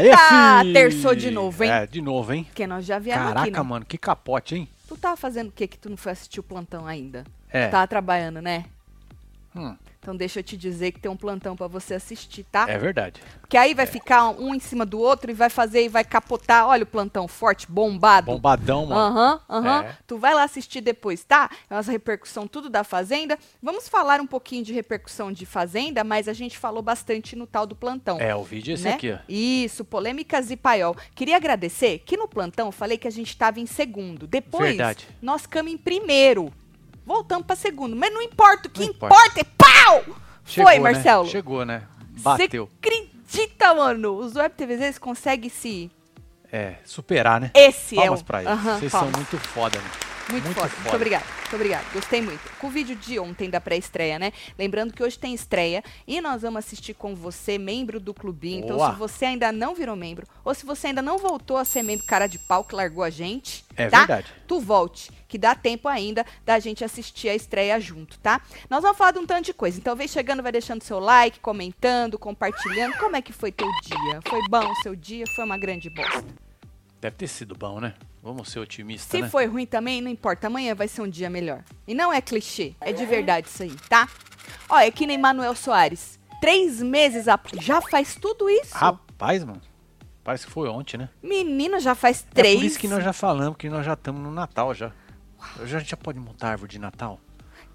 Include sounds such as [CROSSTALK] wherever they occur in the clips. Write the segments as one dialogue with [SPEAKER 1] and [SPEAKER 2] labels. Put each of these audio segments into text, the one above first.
[SPEAKER 1] Eita, terçou de novo, hein?
[SPEAKER 2] É, de novo, hein?
[SPEAKER 1] Porque nós já viemos
[SPEAKER 2] Caraca,
[SPEAKER 1] aqui, né?
[SPEAKER 2] mano, que capote, hein?
[SPEAKER 1] Tu tava fazendo o que que tu não foi assistir o plantão ainda?
[SPEAKER 2] É.
[SPEAKER 1] Tu tava trabalhando, né?
[SPEAKER 2] Hum,
[SPEAKER 1] Então deixa eu te dizer que tem um plantão pra você assistir, tá?
[SPEAKER 2] é verdade.
[SPEAKER 1] Porque aí vai ficar um em cima do outro e vai fazer e vai capotar. Olha o plantão forte, bombado.
[SPEAKER 2] Bombadão, mano.
[SPEAKER 1] Aham, aham.
[SPEAKER 2] É.
[SPEAKER 1] Tu vai lá assistir depois, tá? É As repercussão tudo da Fazenda. Vamos falar um pouquinho de repercussão de Fazenda, mas a gente falou bastante no tal do plantão.
[SPEAKER 2] É, o vídeo é esse
[SPEAKER 1] né?
[SPEAKER 2] aqui, ó.
[SPEAKER 1] Isso, polêmicas e paiol. Queria agradecer que no plantão eu falei que a gente estava em segundo. Depois,
[SPEAKER 2] Verdade.
[SPEAKER 1] nós ficamos em primeiro. Voltamos para segundo. Mas não importa, o que
[SPEAKER 2] Não
[SPEAKER 1] importa.
[SPEAKER 2] importa.
[SPEAKER 1] é pau!
[SPEAKER 2] Chegou,
[SPEAKER 1] Foi,
[SPEAKER 2] né?
[SPEAKER 1] Marcelo.
[SPEAKER 2] Chegou, né?
[SPEAKER 1] Você
[SPEAKER 2] Bateu.
[SPEAKER 1] acredita, mano? Os web TVZs conseguem se.
[SPEAKER 2] É, superar, né?
[SPEAKER 1] Esse
[SPEAKER 2] Palmas
[SPEAKER 1] é o.
[SPEAKER 2] pra eles.
[SPEAKER 1] Aham,
[SPEAKER 2] Vocês
[SPEAKER 1] palmas.
[SPEAKER 2] são muito foda, mano.
[SPEAKER 1] Muito,
[SPEAKER 2] muito
[SPEAKER 1] foda.
[SPEAKER 2] foda.
[SPEAKER 1] Muito obrigado, muito obrigado. Gostei muito. Com o vídeo de ontem da pré-estreia, né? Lembrando que hoje tem estreia e nós vamos assistir com você, membro do clubinho. Então,
[SPEAKER 2] Boa.
[SPEAKER 1] se você ainda não virou membro, ou se você ainda não voltou a ser membro cara de pau que largou a gente,
[SPEAKER 2] É
[SPEAKER 1] tá?
[SPEAKER 2] verdade.
[SPEAKER 1] Tu volte, que dá tempo ainda da gente assistir a estreia junto, tá? Nós vamos falar de um tanto de coisa. Então vem chegando, vai deixando seu like, comentando, compartilhando. Como é que foi teu dia? Foi bom o seu dia? Foi uma grande bosta?
[SPEAKER 2] Deve ter sido bom, né? Vamos ser otimistas,
[SPEAKER 1] Se
[SPEAKER 2] né?
[SPEAKER 1] foi ruim também, não importa. Amanhã vai ser um dia melhor. E não é clichê, é de verdade isso aí, tá? Ó, é que nem Manuel Soares. Três meses a... já faz tudo isso?
[SPEAKER 2] Rapaz, mano. Parece que foi ontem, né?
[SPEAKER 1] Menino, já faz três.
[SPEAKER 2] É por isso que nós já falamos que nós já estamos no Natal já. Já a gente já pode montar árvore de Natal?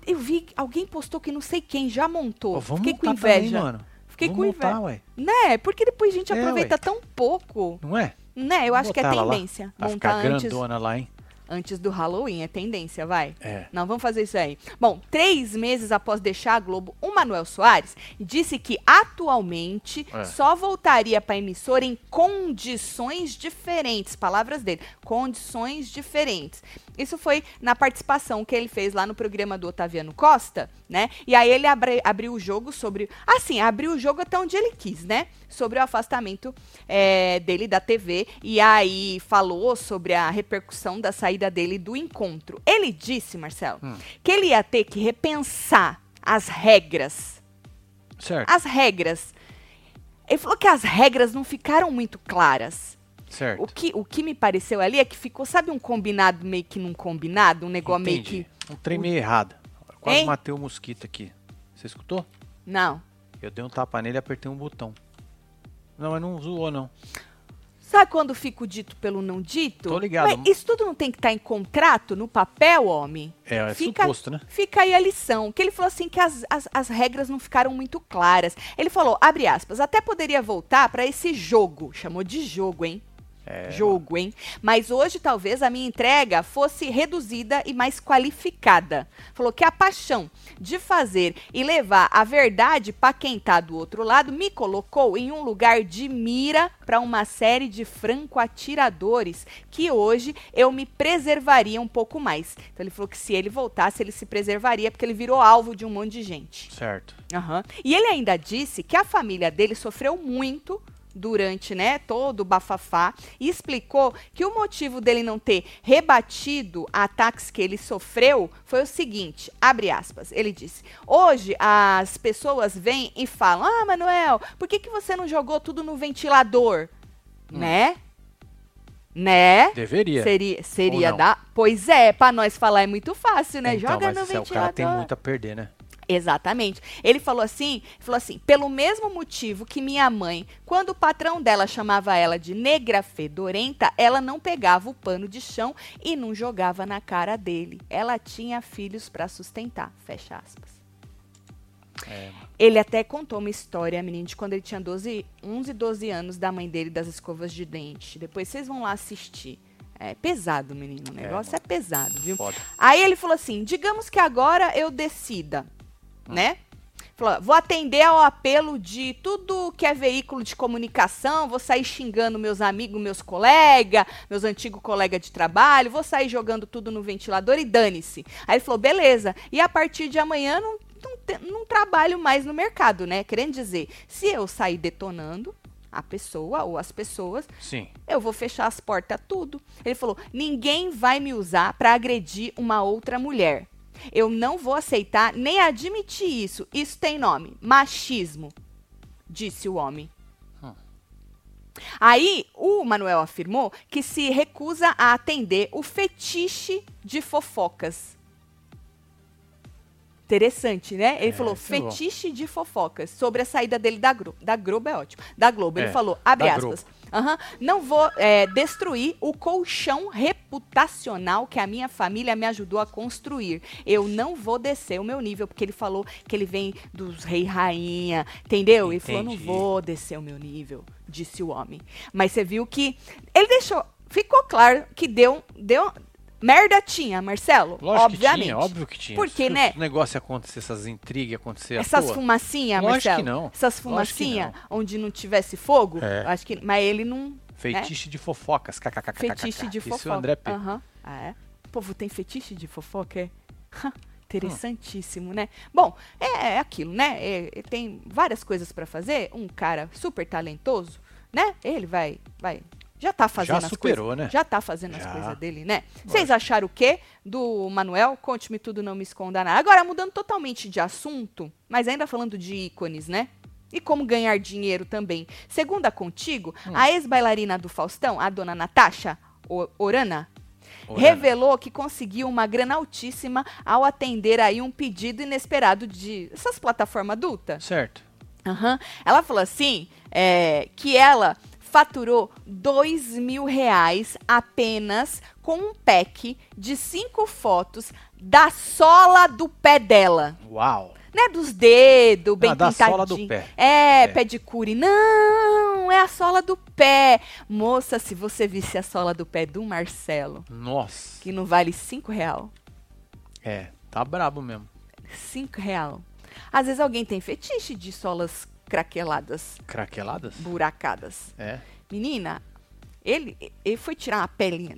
[SPEAKER 1] Eu vi que alguém postou que não sei quem já montou.
[SPEAKER 2] Ó, vamos
[SPEAKER 1] Fiquei com
[SPEAKER 2] montar
[SPEAKER 1] inveja.
[SPEAKER 2] também, mano.
[SPEAKER 1] Fiquei
[SPEAKER 2] vamos
[SPEAKER 1] com
[SPEAKER 2] montar,
[SPEAKER 1] inveja.
[SPEAKER 2] ué.
[SPEAKER 1] Né? Porque depois a gente
[SPEAKER 2] É,
[SPEAKER 1] aproveita
[SPEAKER 2] ué.
[SPEAKER 1] tão pouco.
[SPEAKER 2] Não é?
[SPEAKER 1] Né? Eu
[SPEAKER 2] Vamos
[SPEAKER 1] acho que é
[SPEAKER 2] botar ela lá.
[SPEAKER 1] tendência.
[SPEAKER 2] Vai
[SPEAKER 1] montar
[SPEAKER 2] ficar
[SPEAKER 1] antes,
[SPEAKER 2] grandona lá, hein?
[SPEAKER 1] antes do Halloween. É tendência, vai.
[SPEAKER 2] É.
[SPEAKER 1] Não, vamos fazer isso aí. Bom, três meses após deixar a Globo, o Manuel Soares disse que atualmente
[SPEAKER 2] É.
[SPEAKER 1] só voltaria para a emissora em condições diferentes. Palavras dele, condições diferentes. Isso foi na participação que ele fez lá no programa do Otaviano Costa, né? E aí ele abre- abriu o jogo sobre. Assim, abriu o jogo até onde ele quis, né? Sobre o afastamento é, dele da TV. E aí falou sobre a repercussão da saída dele do encontro. Ele disse, Marcelo, que ele ia ter que repensar as regras
[SPEAKER 2] Certo,
[SPEAKER 1] as regras. Ele falou que as regras não ficaram muito claras.
[SPEAKER 2] certo.
[SPEAKER 1] Ah, O que, o que me pareceu ali é que ficou, sabe, um combinado meio que não combinado? Um negócio meio
[SPEAKER 2] Entendi.
[SPEAKER 1] que.
[SPEAKER 2] Um trem meio errado. Quase
[SPEAKER 1] Hein?
[SPEAKER 2] matei o mosquito aqui. Você escutou?
[SPEAKER 1] Não.
[SPEAKER 2] Eu dei um tapa nele e apertei um botão. Não, mas não zoou, não.
[SPEAKER 1] Sabe quando fica o dito pelo não dito?
[SPEAKER 2] Tô ligado.
[SPEAKER 1] Ué, isso tudo não tem que estar em contrato, no papel, homem?
[SPEAKER 2] É, é
[SPEAKER 1] Fica-
[SPEAKER 2] suposto, né?
[SPEAKER 1] Fica aí a lição, que ele falou assim que as, as, as regras não ficaram muito claras. Ele falou, abre aspas, até poderia voltar para esse jogo. Chamou de jogo, hein? Jogo, hein? Mas hoje talvez a minha entrega fosse reduzida e mais qualificada. Falou que a paixão de fazer e levar a verdade para quem tá do outro lado me colocou em um lugar de mira para uma série de franco atiradores que hoje eu me preservaria um pouco mais. Então ele falou que se ele voltasse, ele se preservaria porque ele virou alvo de um monte de gente.
[SPEAKER 2] Certo.
[SPEAKER 1] Aham. E ele ainda disse que a família dele sofreu muito durante, né, todo o bafafá e explicou que o motivo dele não ter rebatido ataques que ele sofreu foi o seguinte, abre aspas, ele disse, hoje as pessoas vêm e falam, ah, Manuel, por que, que você não jogou tudo no ventilador?
[SPEAKER 2] Hum.
[SPEAKER 1] Né? Né?
[SPEAKER 2] Deveria.
[SPEAKER 1] Seria, seria
[SPEAKER 2] não.
[SPEAKER 1] da... Pois é, pra nós falar é muito fácil, né?
[SPEAKER 2] então,
[SPEAKER 1] Joga
[SPEAKER 2] mas
[SPEAKER 1] no
[SPEAKER 2] esse é,
[SPEAKER 1] ventilador.
[SPEAKER 2] o cara tem muito a perder, né?
[SPEAKER 1] Exatamente. Ele falou assim, falou assim, pelo mesmo motivo que minha mãe, quando o patrão dela chamava ela de negra fedorenta, ela não pegava o pano de chão e não jogava na cara dele. Ela tinha filhos para sustentar. Fecha aspas.
[SPEAKER 2] É,
[SPEAKER 1] Ele até contou uma história, menino, de quando ele tinha 12, 11, 12 anos, da mãe dele das escovas de dente. Depois vocês vão lá assistir. É pesado, menino. O negócio é, pesado, viu?
[SPEAKER 2] foda.
[SPEAKER 1] Aí ele falou assim: digamos que agora eu decida, né? Falou, vou atender ao apelo de tudo que é veículo de comunicação, vou sair xingando meus amigos, meus colegas, meus antigos colegas de trabalho, vou sair jogando tudo no ventilador e dane-se. Aí ele falou, beleza, e a partir de amanhã não, não, te- não trabalho mais no mercado, né? Querendo dizer, se eu sair detonando a pessoa ou as pessoas,
[SPEAKER 2] Sim.
[SPEAKER 1] eu vou fechar as portas tudo. Ele falou: ninguém vai me usar para agredir uma outra mulher. Eu não vou aceitar nem admitir isso. Isso tem nome: machismo, disse o homem.
[SPEAKER 2] Hum.
[SPEAKER 1] Aí, o Manuel afirmou que se recusa a atender o fetiche de fofocas. Interessante, né? Ele
[SPEAKER 2] É,
[SPEAKER 1] falou
[SPEAKER 2] isso é bom.
[SPEAKER 1] fetiche de fofocas sobre a saída dele da, Gro da Globo, é ótimo. Da Globo. Ele
[SPEAKER 2] É,
[SPEAKER 1] falou, abre
[SPEAKER 2] da
[SPEAKER 1] aspas. "Aham, não vou é, destruir o colchão reputacional que a minha família me ajudou a construir. Eu não vou descer o meu nível, porque ele falou que ele vem dos rei e rainha, entendeu? Ele falou, não
[SPEAKER 2] Entendi.
[SPEAKER 1] vou descer o meu nível, disse o homem. Mas você viu que ele deixou, ficou claro que deu, deu merda tinha, Marcelo,
[SPEAKER 2] Lógico
[SPEAKER 1] obviamente.
[SPEAKER 2] que tinha, óbvio que tinha.
[SPEAKER 1] Porque,
[SPEAKER 2] Se
[SPEAKER 1] né?
[SPEAKER 2] O negócio ia acontecer, essas intrigas ia acontecer à
[SPEAKER 1] Essas
[SPEAKER 2] toa.
[SPEAKER 1] fumacinhas,
[SPEAKER 2] Lógico que
[SPEAKER 1] Marcelo?
[SPEAKER 2] não.
[SPEAKER 1] Essas
[SPEAKER 2] Lógico que
[SPEAKER 1] fumacinhas onde não tivesse fogo?
[SPEAKER 2] É.
[SPEAKER 1] eu Acho que, mas ele não.
[SPEAKER 2] Feitiço de fofocas, kkkk.
[SPEAKER 1] né? Fetiche de fofoca.
[SPEAKER 2] Isso é o André P.
[SPEAKER 1] Aham. Ah, é? O povo tem fetiche de fofoca? É? Ha, Interessantíssimo, né? Bom, é, é aquilo, né? É, é, tem várias coisas pra fazer. Um cara super talentoso, né? Ele vai. vai já tá fazendo as
[SPEAKER 2] superou,
[SPEAKER 1] coisas.
[SPEAKER 2] né?
[SPEAKER 1] Já tá fazendo as
[SPEAKER 2] Já.
[SPEAKER 1] coisas dele, né? Vocês acharam o quê do Manuel? Conte-me tudo, não me esconda nada. Agora, mudando totalmente de assunto, mas ainda falando de ícones, né? E como ganhar dinheiro também. Segundo a Contigo, a ex-bailarina do Faustão, a dona Natasha O- Orana,
[SPEAKER 2] Orana.
[SPEAKER 1] revelou que conseguiu uma grana altíssima ao atender aí um pedido inesperado de essas plataformas adultas.
[SPEAKER 2] Certo.
[SPEAKER 1] Aham. Ela falou assim é, que ela faturou dois mil reais apenas com um pack de cinco fotos da sola do pé dela.
[SPEAKER 2] Uau.
[SPEAKER 1] Não é dos dedos, bem
[SPEAKER 2] Ah, da
[SPEAKER 1] pintadinho.
[SPEAKER 2] sola do pé.
[SPEAKER 1] É,
[SPEAKER 2] É.
[SPEAKER 1] pé de cure. Não, é a sola do pé. Moça, se você visse a sola do pé do Marcelo,
[SPEAKER 2] Nossa.
[SPEAKER 1] que não vale cinco real.
[SPEAKER 2] É, tá brabo mesmo.
[SPEAKER 1] Cinco real. Às vezes alguém tem fetiche de solas craqueladas,
[SPEAKER 2] Craqueladas?
[SPEAKER 1] buracadas.
[SPEAKER 2] É.
[SPEAKER 1] Menina, ele, ele foi tirar uma pelinha.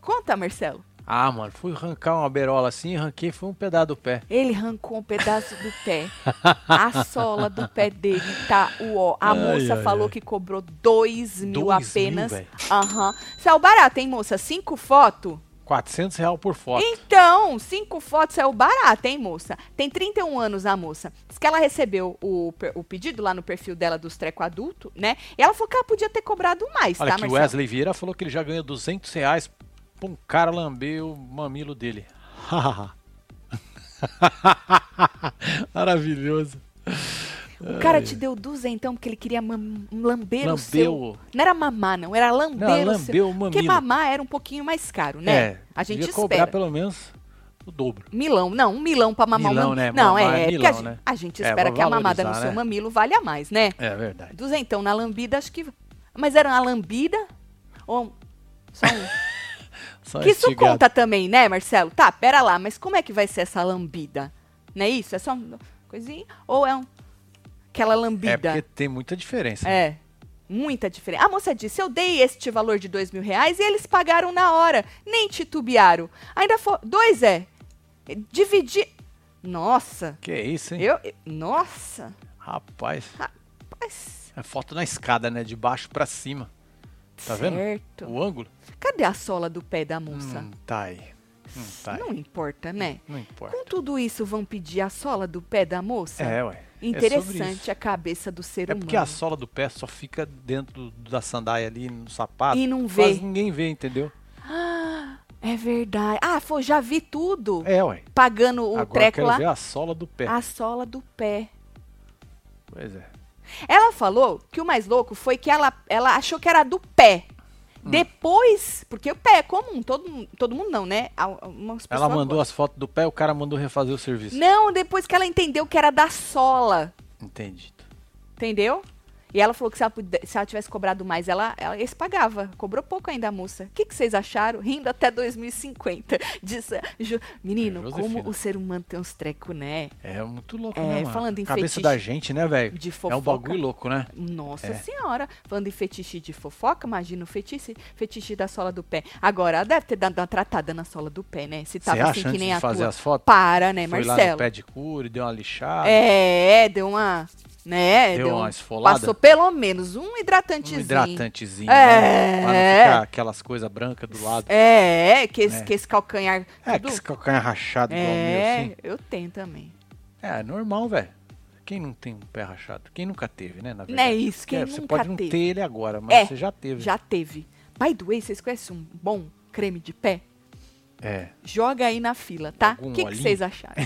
[SPEAKER 1] Conta, Marcelo.
[SPEAKER 2] Ah, mano, fui arrancar uma berola assim, arranquei, foi um pedaço do pé.
[SPEAKER 1] Ele arrancou um pedaço do pé.
[SPEAKER 2] [LAUGHS]
[SPEAKER 1] A sola do pé dele tá o ó. A
[SPEAKER 2] Ai,
[SPEAKER 1] moça
[SPEAKER 2] ai,
[SPEAKER 1] falou que cobrou dois mil
[SPEAKER 2] Dois
[SPEAKER 1] apenas.
[SPEAKER 2] mil, velho?
[SPEAKER 1] Aham. Saiu barato, hein, moça? Cinco fotos?
[SPEAKER 2] 400 real por foto.
[SPEAKER 1] Então, cinco fotos saiu barato, hein, moça? Tem 31 anos a moça. Diz que ela recebeu o, per- o pedido lá no perfil dela dos treco adulto, né? E ela falou que ela podia ter cobrado mais,
[SPEAKER 2] Olha
[SPEAKER 1] tá,
[SPEAKER 2] aqui,
[SPEAKER 1] Marcelo?
[SPEAKER 2] o Wesley Vieira falou que ele já ganhou 200 reais pra um cara lamber o mamilo dele. [LAUGHS] Maravilhoso.
[SPEAKER 1] O cara te deu duzentão porque ele queria mam- lamber o seu.
[SPEAKER 2] Lambeu.
[SPEAKER 1] Não era mamar, não. Era lamber
[SPEAKER 2] Não,
[SPEAKER 1] o seu.
[SPEAKER 2] lambeu o
[SPEAKER 1] Porque
[SPEAKER 2] mamilo.
[SPEAKER 1] mamar era um pouquinho mais caro, né?
[SPEAKER 2] É,
[SPEAKER 1] a gente
[SPEAKER 2] devia
[SPEAKER 1] espera.
[SPEAKER 2] cobrar pelo menos o dobro.
[SPEAKER 1] Milão, não, um milão pra mamar
[SPEAKER 2] Milão,
[SPEAKER 1] um
[SPEAKER 2] né?
[SPEAKER 1] mamilo. Não,
[SPEAKER 2] Mamar
[SPEAKER 1] é,
[SPEAKER 2] é
[SPEAKER 1] é porque a
[SPEAKER 2] milão,
[SPEAKER 1] gente,
[SPEAKER 2] né?
[SPEAKER 1] a gente
[SPEAKER 2] É,
[SPEAKER 1] espera
[SPEAKER 2] vou
[SPEAKER 1] que a mamada no
[SPEAKER 2] valorizar,
[SPEAKER 1] seu
[SPEAKER 2] né?
[SPEAKER 1] mamilo valha mais, né?
[SPEAKER 2] É verdade.
[SPEAKER 1] Duzentão na lambida, acho que. Mas era uma lambida? Ou um- só
[SPEAKER 2] [LAUGHS]
[SPEAKER 1] um.
[SPEAKER 2] Só
[SPEAKER 1] que isso
[SPEAKER 2] instigado.
[SPEAKER 1] conta também, né, Marcelo? Tá, pera lá, mas como é que vai ser essa lambida? Não é isso? É só uma coisinha? Ou é um. Aquela lambida?
[SPEAKER 2] É porque tem muita diferença.
[SPEAKER 1] É. Muita diferença. A moça disse: eu dei este valor de dois mil reais e eles pagaram na hora. Nem titubearam. Ainda foi. Dois é. Dividir. Nossa.
[SPEAKER 2] Que isso, hein?
[SPEAKER 1] Eu. eu- Nossa.
[SPEAKER 2] Rapaz,
[SPEAKER 1] Rapaz.
[SPEAKER 2] é foto na escada, né? De baixo pra cima. Tá vendo?
[SPEAKER 1] certo.
[SPEAKER 2] O ângulo?
[SPEAKER 1] Cadê a sola do pé da moça?
[SPEAKER 2] Hum, tá aí. Hum, tá aí.
[SPEAKER 1] Não importa, né?
[SPEAKER 2] Não importa.
[SPEAKER 1] Com tudo isso, vão pedir a sola do pé da moça?
[SPEAKER 2] É, ué. É, sobre
[SPEAKER 1] assim? Interessante
[SPEAKER 2] isso.
[SPEAKER 1] a cabeça do ser
[SPEAKER 2] É
[SPEAKER 1] humano.
[SPEAKER 2] porque a sola do pé só fica dentro do- da sandália ali, no sapato.
[SPEAKER 1] E não vê.
[SPEAKER 2] Quase ninguém vê, entendeu?
[SPEAKER 1] Ah, [GASPS] é verdade. Ah, foi, já vi tudo.
[SPEAKER 2] É, ué.
[SPEAKER 1] Pagando o
[SPEAKER 2] Agora eu
[SPEAKER 1] treco
[SPEAKER 2] quero
[SPEAKER 1] lá. Ah,
[SPEAKER 2] ver a sola do pé.
[SPEAKER 1] A sola do pé.
[SPEAKER 2] Pois é.
[SPEAKER 1] Ela falou que o mais louco foi que ela, ela achou que era do pé.
[SPEAKER 2] Hum.
[SPEAKER 1] Depois, porque o pé é comum, todo, mu- todo mundo não, né? Al- Algumas
[SPEAKER 2] Ela
[SPEAKER 1] pessoas
[SPEAKER 2] mandou as fotos do pé, o cara mandou refazer o serviço.
[SPEAKER 1] Não, depois que ela entendeu que era da sola,
[SPEAKER 2] Entendido.
[SPEAKER 1] entendeu? E ela falou que se ela, pude- se ela tivesse cobrado mais, ela, ela eles pagava. Cobrou pouco ainda a moça. O que, que vocês acharam? Rindo até 2050. Disse, a Jo- menino,
[SPEAKER 2] É, Josefina.
[SPEAKER 1] como o ser humano tem uns trecos, né?
[SPEAKER 2] É muito louco,
[SPEAKER 1] É,
[SPEAKER 2] né, mano?
[SPEAKER 1] falando em
[SPEAKER 2] Cabeça
[SPEAKER 1] fetiche
[SPEAKER 2] da gente, né, velho?
[SPEAKER 1] de
[SPEAKER 2] É
[SPEAKER 1] fofoca.
[SPEAKER 2] um bagulho louco, né?
[SPEAKER 1] Nossa
[SPEAKER 2] É.
[SPEAKER 1] senhora, falando em fetiche de fofoca, imagina o fetiche, fetiche da sola do pé. Agora, ela deve ter dado uma tratada na sola do pé, né? Se
[SPEAKER 2] Você
[SPEAKER 1] tava
[SPEAKER 2] acha
[SPEAKER 1] assim que
[SPEAKER 2] antes
[SPEAKER 1] nem
[SPEAKER 2] de
[SPEAKER 1] a
[SPEAKER 2] fazer
[SPEAKER 1] tua.
[SPEAKER 2] as fotos?
[SPEAKER 1] Para, né,
[SPEAKER 2] Foi lá no
[SPEAKER 1] Marcelo?
[SPEAKER 2] pé de cura e deu uma lixada.
[SPEAKER 1] É, é, deu uma, né?
[SPEAKER 2] Deu
[SPEAKER 1] um-
[SPEAKER 2] uma esfolada?
[SPEAKER 1] Passou pelo menos um hidratantezinho.
[SPEAKER 2] Um hidratantezinho.
[SPEAKER 1] É.
[SPEAKER 2] Né? Pra não ficar aquelas coisas brancas do lado.
[SPEAKER 1] É, é, que esse,
[SPEAKER 2] É.
[SPEAKER 1] Que esse calcanhar
[SPEAKER 2] É, que
[SPEAKER 1] tudo-
[SPEAKER 2] esse calcanhar rachado igual o meu,
[SPEAKER 1] É,
[SPEAKER 2] assim.
[SPEAKER 1] eu tenho também.
[SPEAKER 2] É, é normal, velho. Quem não tem um pé rachado? Quem nunca teve, né? Na
[SPEAKER 1] Não é
[SPEAKER 2] verdade.
[SPEAKER 1] isso, quem
[SPEAKER 2] É,
[SPEAKER 1] nunca
[SPEAKER 2] você pode não
[SPEAKER 1] teve.
[SPEAKER 2] ter ele agora, mas
[SPEAKER 1] É,
[SPEAKER 2] você já teve.
[SPEAKER 1] Já teve. By the way, vocês conhecem um bom creme de pé?
[SPEAKER 2] É.
[SPEAKER 1] Joga aí na fila, tá?
[SPEAKER 2] Algum
[SPEAKER 1] O que que
[SPEAKER 2] olhinho?
[SPEAKER 1] vocês
[SPEAKER 2] [LAUGHS]
[SPEAKER 1] acharam?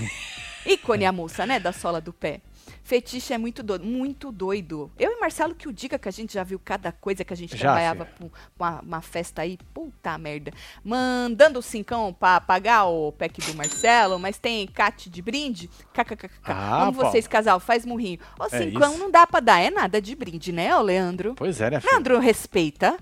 [SPEAKER 1] Ícone a moça, né? Da sola do pé. Fetiche é muito doido, muito doido. Eu e Marcelo que o diga que a gente já viu cada coisa que a gente
[SPEAKER 2] Já,
[SPEAKER 1] trabalhava
[SPEAKER 2] fia.
[SPEAKER 1] com uma, uma festa aí, puta merda. Mandando o cincão pra pagar o pack do Marcelo, mas tem cat de brinde, kkkk.
[SPEAKER 2] Ah,
[SPEAKER 1] Como vocês, casal, faz murrinho. Ô,
[SPEAKER 2] É
[SPEAKER 1] cincão
[SPEAKER 2] isso.
[SPEAKER 1] não dá pra dar, é nada de brinde, né, ô Leandro?
[SPEAKER 2] Pois é, né, filho?
[SPEAKER 1] Leandro, respeita.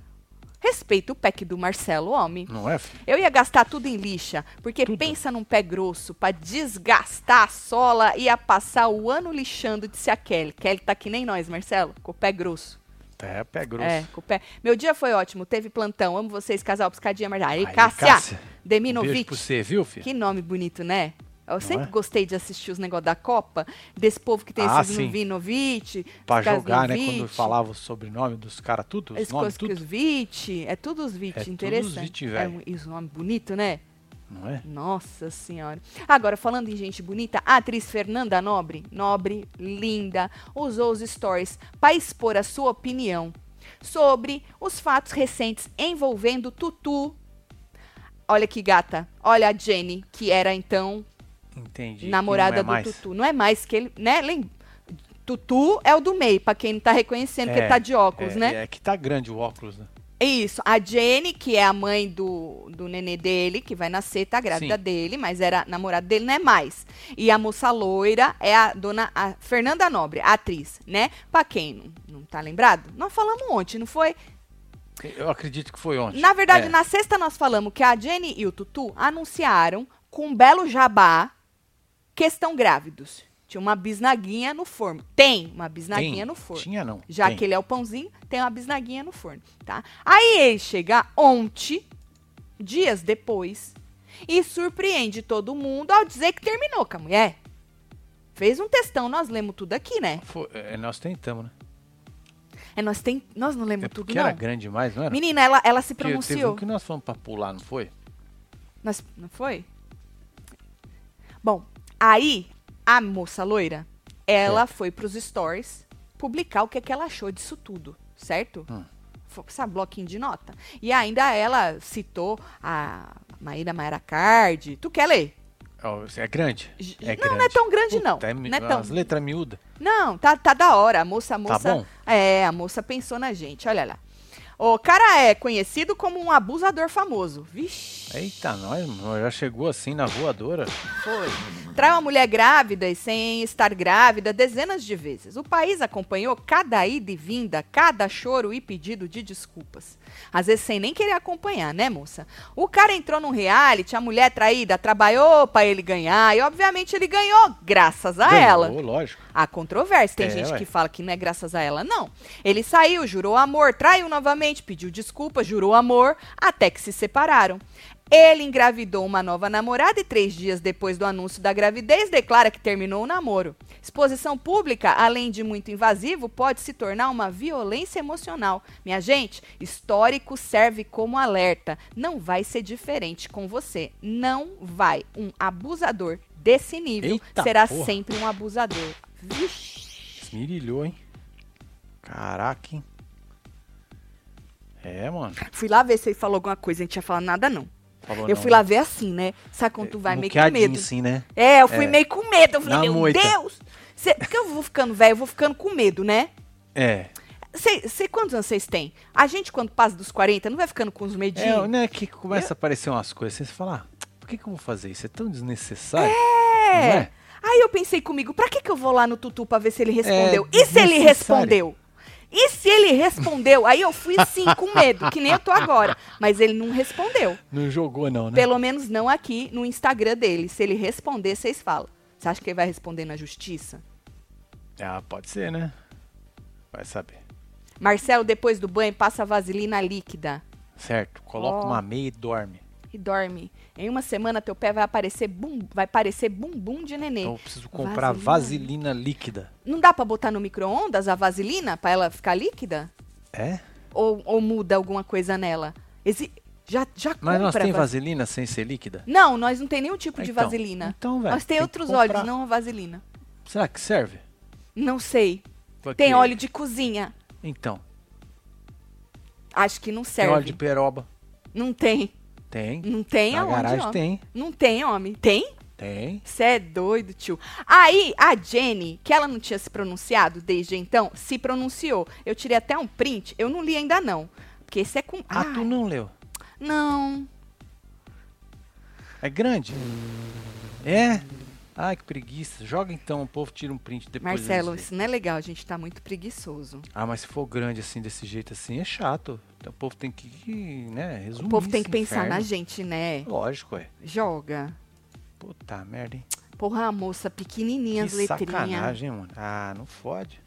[SPEAKER 1] Respeita o pack do Marcelo, homem.
[SPEAKER 2] Não é, filho?
[SPEAKER 1] Eu ia gastar tudo em lixa, porque
[SPEAKER 2] Tudo.
[SPEAKER 1] pensa num pé grosso pra desgastar a sola ia passar o ano lixando, disse a Kelly. Kelly tá que nem nós, Marcelo, com o pé grosso.
[SPEAKER 2] É, pé grosso.
[SPEAKER 1] É, com o pé. Meu dia foi ótimo, teve plantão. Amo vocês, casal, piscadinha, Marcelo. Aí,
[SPEAKER 2] Aí,
[SPEAKER 1] Cássia,
[SPEAKER 2] Cássia, Um beijo
[SPEAKER 1] Deminovic.
[SPEAKER 2] pra você, viu, filho?
[SPEAKER 1] Que nome bonito, né? Eu sempre
[SPEAKER 2] é?
[SPEAKER 1] gostei de assistir os negócios da Copa, desse povo que tem
[SPEAKER 2] Ah,
[SPEAKER 1] esses
[SPEAKER 2] sim.
[SPEAKER 1] Vinovic,
[SPEAKER 2] Pra jogar, né? Quando falava o sobrenome dos caras, tudo, os
[SPEAKER 1] Esse
[SPEAKER 2] nomes,
[SPEAKER 1] coisa que os
[SPEAKER 2] tudo.
[SPEAKER 1] Vit, é tudo os Vit,
[SPEAKER 2] É tudo os
[SPEAKER 1] interessante.
[SPEAKER 2] Vit,
[SPEAKER 1] é,
[SPEAKER 2] velho.
[SPEAKER 1] um- e os nomes bonitos, né?
[SPEAKER 2] Não é?
[SPEAKER 1] Nossa senhora. Agora, falando em gente bonita, a atriz Fernanda Nobre, nobre, linda, usou os stories para expor a sua opinião sobre os fatos recentes envolvendo Tutu. Olha que gata. Olha a Jenny, que era então
[SPEAKER 2] Entendi. que
[SPEAKER 1] namorada
[SPEAKER 2] não é
[SPEAKER 1] do
[SPEAKER 2] mais.
[SPEAKER 1] Tutu. Não é mais que ele, né? Lem- Tutu é o do meio, pra quem não tá reconhecendo que
[SPEAKER 2] É,
[SPEAKER 1] ele tá de óculos,
[SPEAKER 2] É,
[SPEAKER 1] né?
[SPEAKER 2] é que tá grande o óculos, né?
[SPEAKER 1] Isso, a Jenny, que é a mãe do, do nenê dele, que vai nascer, tá grávida
[SPEAKER 2] Sim.
[SPEAKER 1] dele, mas era namorada dele, não é mais. E a moça loira é a dona a Fernanda Nobre, a atriz, né? Pra quem não, não tá lembrado, nós falamos ontem, não foi?
[SPEAKER 2] Eu acredito que foi ontem.
[SPEAKER 1] Na verdade,
[SPEAKER 2] É.
[SPEAKER 1] na sexta nós falamos que a Jenny e o Tutu anunciaram com um belo jabá que estão grávidos. Tinha uma bisnaguinha no forno. Tem uma
[SPEAKER 2] Tem.
[SPEAKER 1] bisnaguinha no forno.
[SPEAKER 2] Tinha não.
[SPEAKER 1] Já
[SPEAKER 2] Tem.
[SPEAKER 1] que ele é o pãozinho, tem uma bisnaguinha no forno, tá? Aí ele chega ontem, dias depois, e surpreende todo mundo ao dizer que terminou com a mulher. Fez um textão, nós lemos tudo aqui, né?
[SPEAKER 2] Foi- é, nós tentamos, né?
[SPEAKER 1] É, nós, tem, nós não lemos
[SPEAKER 2] É
[SPEAKER 1] tudo,
[SPEAKER 2] porque era
[SPEAKER 1] não.
[SPEAKER 2] grande demais, não era?
[SPEAKER 1] Menina, ela, ela se
[SPEAKER 2] Porque Teve um
[SPEAKER 1] pronunciou.
[SPEAKER 2] que nós fomos pra pular, não foi?
[SPEAKER 1] Nós, não foi? Bom, aí a moça loira, ela foi pros stories publicar o que, é que ela achou disso tudo, certo?
[SPEAKER 2] Hum.
[SPEAKER 1] Foi pra essa bloquinho de nota. E ainda ela citou a Maíra Maera Card. Tu quer ler?
[SPEAKER 2] Ó, É grande?
[SPEAKER 1] J-
[SPEAKER 2] É
[SPEAKER 1] não, não é tão grande, não.
[SPEAKER 2] Puta, é mi-
[SPEAKER 1] não é tão...
[SPEAKER 2] As letras miúdas.
[SPEAKER 1] Não, tá, tá da hora. A moça, a moça.
[SPEAKER 2] bom?
[SPEAKER 1] É, a moça pensou na gente, olha lá. O cara é conhecido como um abusador famoso. Vixe.
[SPEAKER 2] Eita, nós, mano, já chegou assim na voadora.
[SPEAKER 1] Foi. Trai uma mulher grávida e sem estar grávida dezenas de vezes. O país acompanhou cada ida e vinda, cada choro e pedido de desculpas. Às vezes sem nem querer acompanhar, né, moça? O cara entrou num reality, a mulher traída trabalhou pra ele ganhar e, obviamente, ele ganhou, graças a
[SPEAKER 2] Ganhou,
[SPEAKER 1] Ah, é ela.
[SPEAKER 2] lógico.
[SPEAKER 1] Há controvérsia, tem
[SPEAKER 2] É,
[SPEAKER 1] gente
[SPEAKER 2] ué.
[SPEAKER 1] que fala que não é graças a ela, não. Ele saiu, jurou amor, traiu novamente, pediu desculpa, jurou amor, até que se separaram. Ele engravidou uma nova namorada e três dias depois do anúncio da gravidez declara que terminou o namoro. Exposição pública, além de muito invasivo, pode se tornar uma violência emocional. Minha gente, histórico serve como alerta. Não vai ser diferente com você. Não vai. Um abusador desse nível
[SPEAKER 2] Eita
[SPEAKER 1] será
[SPEAKER 2] porra.
[SPEAKER 1] sempre um abusador. Vixe.
[SPEAKER 2] Esmirilhou, hein? Caraca, hein? É, mano.
[SPEAKER 1] Fui lá ver se ele falou alguma coisa, a gente tinha falado nada não.
[SPEAKER 2] Falou
[SPEAKER 1] eu
[SPEAKER 2] não,
[SPEAKER 1] fui lá ver assim, né? Sabe quando tu vai meio com
[SPEAKER 2] Muqueadinho,
[SPEAKER 1] medo?
[SPEAKER 2] sim, né?
[SPEAKER 1] É, eu fui
[SPEAKER 2] É.
[SPEAKER 1] meio com medo. Eu falei,
[SPEAKER 2] Na
[SPEAKER 1] meu
[SPEAKER 2] moita.
[SPEAKER 1] Deus. Cê- porque eu vou ficando velho, eu vou ficando com medo, né?
[SPEAKER 2] É.
[SPEAKER 1] Sei, sei quantos anos vocês têm? A gente, quando passa dos 40, não vai ficando com os medinhos?
[SPEAKER 2] É, né? Que começa a aparecer umas coisas. Você fala, ah, por que, que eu vou fazer isso? É tão desnecessário.
[SPEAKER 1] É.
[SPEAKER 2] Não é?
[SPEAKER 1] Aí eu pensei comigo, pra que, que eu vou lá no Tutu pra ver se ele respondeu? e se ele
[SPEAKER 2] É, desnecessário.
[SPEAKER 1] respondeu? E se ele respondeu? Aí eu fui sim com medo, que nem eu tô agora. Mas ele não respondeu.
[SPEAKER 2] Não jogou, não, né?
[SPEAKER 1] Pelo menos não aqui no Instagram dele. Se ele responder, vocês falam. Você acha que ele vai responder na justiça?
[SPEAKER 2] Ah, pode ser, né? Vai saber.
[SPEAKER 1] Marcelo, depois do banho, passa vaselina líquida
[SPEAKER 2] Certo. Coloca
[SPEAKER 1] Ó.
[SPEAKER 2] uma meia e dorme.
[SPEAKER 1] e dorme. Em uma semana, teu pé vai aparecer bum, vai parecer bumbum de nenê.
[SPEAKER 2] Então eu preciso comprar
[SPEAKER 1] Vaselina.
[SPEAKER 2] vaselina líquida.
[SPEAKER 1] Não dá pra botar no micro-ondas a vaselina pra ela ficar líquida?
[SPEAKER 2] É?
[SPEAKER 1] Ou, ou muda alguma coisa nela? Exi- Já, já
[SPEAKER 2] Mas
[SPEAKER 1] compra.
[SPEAKER 2] nós tem
[SPEAKER 1] vas-
[SPEAKER 2] vaselina sem ser líquida?
[SPEAKER 1] Não, nós não tem nenhum tipo de
[SPEAKER 2] Então,
[SPEAKER 1] vaselina.
[SPEAKER 2] Então, velho.
[SPEAKER 1] nós tem,
[SPEAKER 2] que
[SPEAKER 1] outros
[SPEAKER 2] comprar.
[SPEAKER 1] óleos, não a vaselina.
[SPEAKER 2] Será que serve?
[SPEAKER 1] Não sei.
[SPEAKER 2] Porque-
[SPEAKER 1] Tem óleo de cozinha.
[SPEAKER 2] Então,
[SPEAKER 1] Acho que não
[SPEAKER 2] tem óleo
[SPEAKER 1] serve.
[SPEAKER 2] de peroba.
[SPEAKER 1] Não tem.
[SPEAKER 2] Tem.
[SPEAKER 1] Não tem
[SPEAKER 2] Na
[SPEAKER 1] aonde,
[SPEAKER 2] garagem
[SPEAKER 1] homem.
[SPEAKER 2] tem.
[SPEAKER 1] Não tem, homem. Tem?
[SPEAKER 2] Tem.
[SPEAKER 1] Você é doido, tio. Aí, a Jenny, que ela não tinha se pronunciado desde então, se pronunciou. Eu tirei até um print. Eu não li ainda, não. Porque esse é com...
[SPEAKER 2] Ah,
[SPEAKER 1] Ai,
[SPEAKER 2] tu não leu.
[SPEAKER 1] Não.
[SPEAKER 2] É grande? É? Ai, que preguiça. Joga então, o povo tira um print depois. eles
[SPEAKER 1] Marcelo,
[SPEAKER 2] veem.
[SPEAKER 1] isso não é legal. A gente tá muito preguiçoso.
[SPEAKER 2] Ah, mas se for grande assim, desse jeito assim, é chato. Então o povo tem que, né, resumir.
[SPEAKER 1] o povo tem que
[SPEAKER 2] esse
[SPEAKER 1] pensar na
[SPEAKER 2] inferno.
[SPEAKER 1] gente, né?
[SPEAKER 2] Lógico, é.
[SPEAKER 1] Joga.
[SPEAKER 2] Puta merda, hein?
[SPEAKER 1] Porra, a moça, pequenininha as
[SPEAKER 2] Que
[SPEAKER 1] letrinhas.
[SPEAKER 2] sacanagem, hein, mano. Ah, não fode.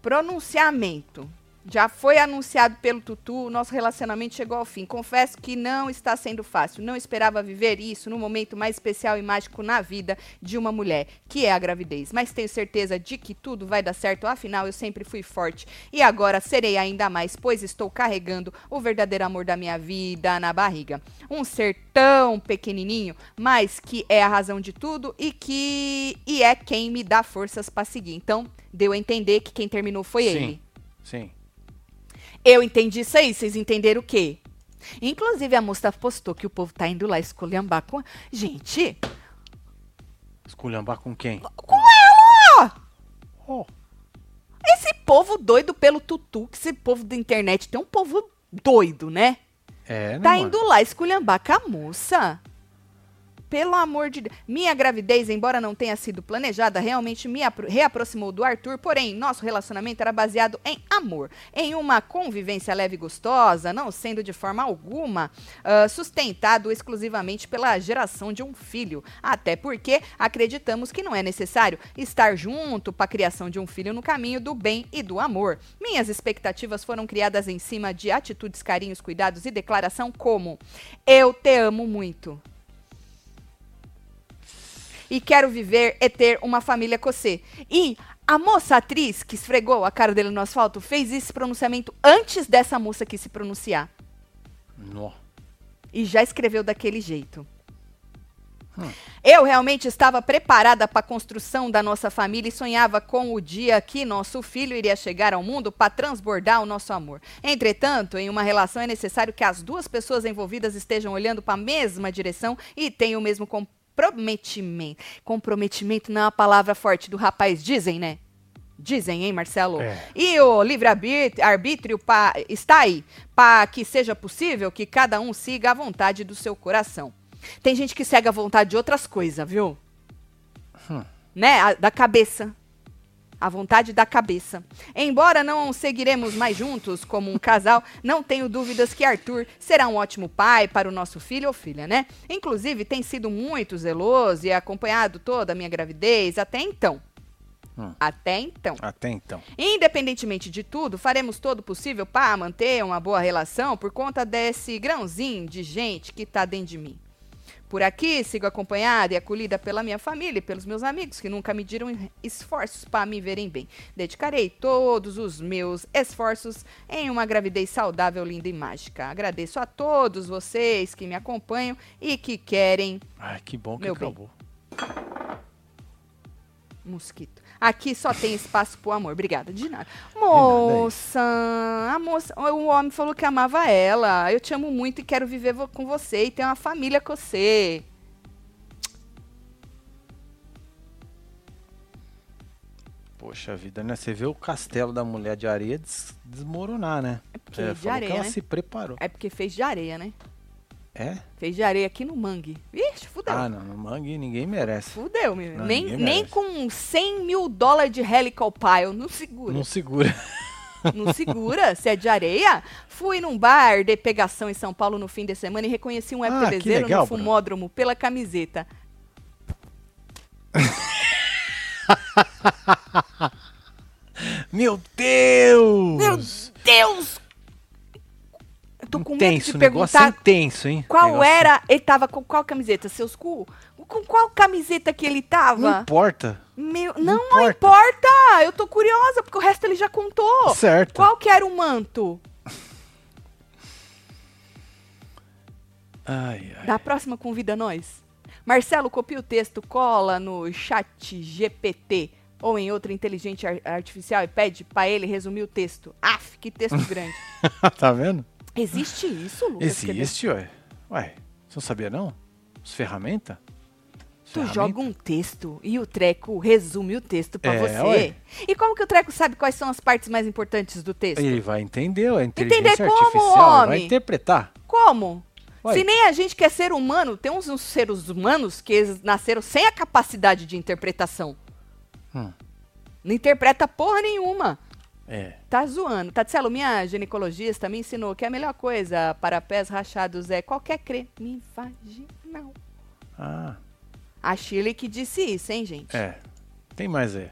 [SPEAKER 1] Pronunciamento. Já foi anunciado pelo Tutu, nosso relacionamento chegou ao fim. Confesso que não está sendo fácil. Não esperava viver isso no momento mais especial e mágico na vida de uma mulher, que é a gravidez. Mas tenho certeza de que tudo vai dar certo, afinal eu sempre fui forte e agora serei ainda mais, pois estou carregando o verdadeiro amor da minha vida na barriga. Um ser tão pequenininho, mas que é a razão de tudo e que e é quem me dá forças para seguir. Então, deu a entender que quem terminou foi
[SPEAKER 2] Sim.
[SPEAKER 1] ele.
[SPEAKER 2] Sim.
[SPEAKER 1] Eu entendi isso aí, vocês entenderam o quê? Inclusive, a moça postou que o povo tá indo lá esculhambar com. Gente,
[SPEAKER 2] Esculhambar com quem?
[SPEAKER 1] com
[SPEAKER 2] Oh,
[SPEAKER 1] esse povo doido pelo tutu, que esse povo da internet tem um povo doido, né?
[SPEAKER 2] é, né,
[SPEAKER 1] Tá
[SPEAKER 2] mano?
[SPEAKER 1] indo lá esculhambar com a moça. Pelo amor de Deus. Minha gravidez, embora não tenha sido planejada, realmente me apro- reaproximou do Arthur. Porém, nosso relacionamento era baseado em amor, em uma convivência leve e gostosa, não sendo de forma alguma ah, sustentado exclusivamente pela geração de um filho. Até porque acreditamos que não é necessário estar junto para a criação de um filho no caminho do bem e do amor. Minhas expectativas foram criadas em cima de atitudes, carinhos, cuidados e declaração como: Eu te amo muito e quero viver é ter uma família com você. E a moça atriz que esfregou a cara dele no asfalto fez esse pronunciamento antes dessa moça que se pronunciar.
[SPEAKER 2] Nó.
[SPEAKER 1] E já escreveu daquele jeito.
[SPEAKER 2] Hum.
[SPEAKER 1] Eu realmente estava preparada para a construção da nossa família e sonhava com o dia que nosso filho iria chegar ao mundo para transbordar o nosso amor. Entretanto, em uma relação é necessário que as duas pessoas envolvidas estejam olhando para a mesma direção e tenham o mesmo comprometimento. Comprometimento não é uma palavra forte do rapaz, dizem, né? Dizem, hein, Marcelo?
[SPEAKER 2] É.
[SPEAKER 1] E o livre-arbítrio está aí, para que seja possível que cada um siga a vontade do seu coração. Tem gente que segue a vontade de outras coisas, viu?
[SPEAKER 2] Hum.
[SPEAKER 1] Né? A- da cabeça. A vontade da cabeça. Embora não seguiremos mais juntos como um casal, não tenho dúvidas que Arthur será um ótimo pai para o nosso filho ou filha, né? Inclusive, tem sido muito zeloso e acompanhado toda a minha gravidez até então.
[SPEAKER 2] Hum.
[SPEAKER 1] Até então.
[SPEAKER 2] Até então.
[SPEAKER 1] Independentemente de tudo, faremos todo o possível para manter uma boa relação por conta desse grãozinho de gente que tá dentro de mim. Por aqui, sigo acompanhada e acolhida pela minha família e pelos meus amigos, que nunca mediram esforços para me verem bem. Dedicarei todos os meus esforços em uma gravidez saudável, linda e mágica. Agradeço a todos vocês que me acompanham e que querem
[SPEAKER 2] Ai, que bom que
[SPEAKER 1] Meu bem.
[SPEAKER 2] acabou.
[SPEAKER 1] Mosquito. Aqui só tem espaço pro amor. Obrigada, de nada.
[SPEAKER 2] nada, é
[SPEAKER 1] Moça, a moça, o homem falou que amava ela. Eu te amo muito e quero viver vo- com você e ter uma família com você.
[SPEAKER 2] Poxa vida, né? Você vê o castelo da mulher de areia des- desmoronar, né?
[SPEAKER 1] É porque
[SPEAKER 2] É,
[SPEAKER 1] de
[SPEAKER 2] falou que
[SPEAKER 1] areia,
[SPEAKER 2] ela
[SPEAKER 1] né?
[SPEAKER 2] se preparou.
[SPEAKER 1] É porque fez de areia, né?
[SPEAKER 2] É?
[SPEAKER 1] Fez de areia aqui no mangue. Vixe, fudeu.
[SPEAKER 2] Ah, não. No mangue ninguém merece.
[SPEAKER 1] Fudeu, meu.
[SPEAKER 2] Não,
[SPEAKER 1] nem,
[SPEAKER 2] ninguém
[SPEAKER 1] nem
[SPEAKER 2] merece.
[SPEAKER 1] com 100 mil dólares de helical pile. Não segura.
[SPEAKER 2] Não segura. [LAUGHS]
[SPEAKER 1] Não segura, se é de areia. Fui num bar de pegação em São Paulo no fim de semana e reconheci um
[SPEAKER 2] Ah, que
[SPEAKER 1] FPVzeiro no
[SPEAKER 2] legal, Bruna.
[SPEAKER 1] fumódromo pela camiseta.
[SPEAKER 2] Meu Deus!
[SPEAKER 1] Meu Deus! Eu tô com medo
[SPEAKER 2] intenso,
[SPEAKER 1] de
[SPEAKER 2] o negócio é
[SPEAKER 1] perguntar
[SPEAKER 2] intenso, hein?
[SPEAKER 1] qual
[SPEAKER 2] Negócio-
[SPEAKER 1] era. Ele tava com qual camiseta? Seus cu? Com qual camiseta que ele
[SPEAKER 2] Não
[SPEAKER 1] tava?
[SPEAKER 2] importa.
[SPEAKER 1] Meu,
[SPEAKER 2] não
[SPEAKER 1] não, não importa. Eu tô curiosa, porque o resto ele já contou.
[SPEAKER 2] Certo.
[SPEAKER 1] Qual que era o manto?
[SPEAKER 2] Ai, ai.
[SPEAKER 1] Da próxima convida nós. Marcelo, copia o texto, cola no chat GPT ou em outra inteligente ar- artificial e pede pra ele resumir o texto. Af, que texto
[SPEAKER 2] [LAUGHS]
[SPEAKER 1] grande.
[SPEAKER 2] tá vendo?
[SPEAKER 1] Existe isso, Lucas? Quer dizer,
[SPEAKER 2] Existe, ué. Ué, você não sabia não? As ferramentas? As
[SPEAKER 1] Tu
[SPEAKER 2] ferramentas?
[SPEAKER 1] joga um texto e o treco resume o texto pra
[SPEAKER 2] É,
[SPEAKER 1] você.
[SPEAKER 2] ué.
[SPEAKER 1] E como que o treco sabe quais são as partes mais importantes do texto?
[SPEAKER 2] Ele vai entender, a inteligência
[SPEAKER 1] como,
[SPEAKER 2] artificial ele vai
[SPEAKER 1] homem?
[SPEAKER 2] interpretar.
[SPEAKER 1] Como?
[SPEAKER 2] Ué.
[SPEAKER 1] Se nem a gente que é ser humano, tem uns, uns seres humanos que eles nasceram sem a capacidade de interpretação.
[SPEAKER 2] Hum.
[SPEAKER 1] Não interpreta porra nenhuma.
[SPEAKER 2] É.
[SPEAKER 1] Tá zoando. Tatielo, minha ginecologista me ensinou que a melhor coisa para pés rachados é qualquer creme vaginal.
[SPEAKER 2] Ah,
[SPEAKER 1] A Shirley que disse isso, hein, gente?
[SPEAKER 2] é. Tem mais é. aí.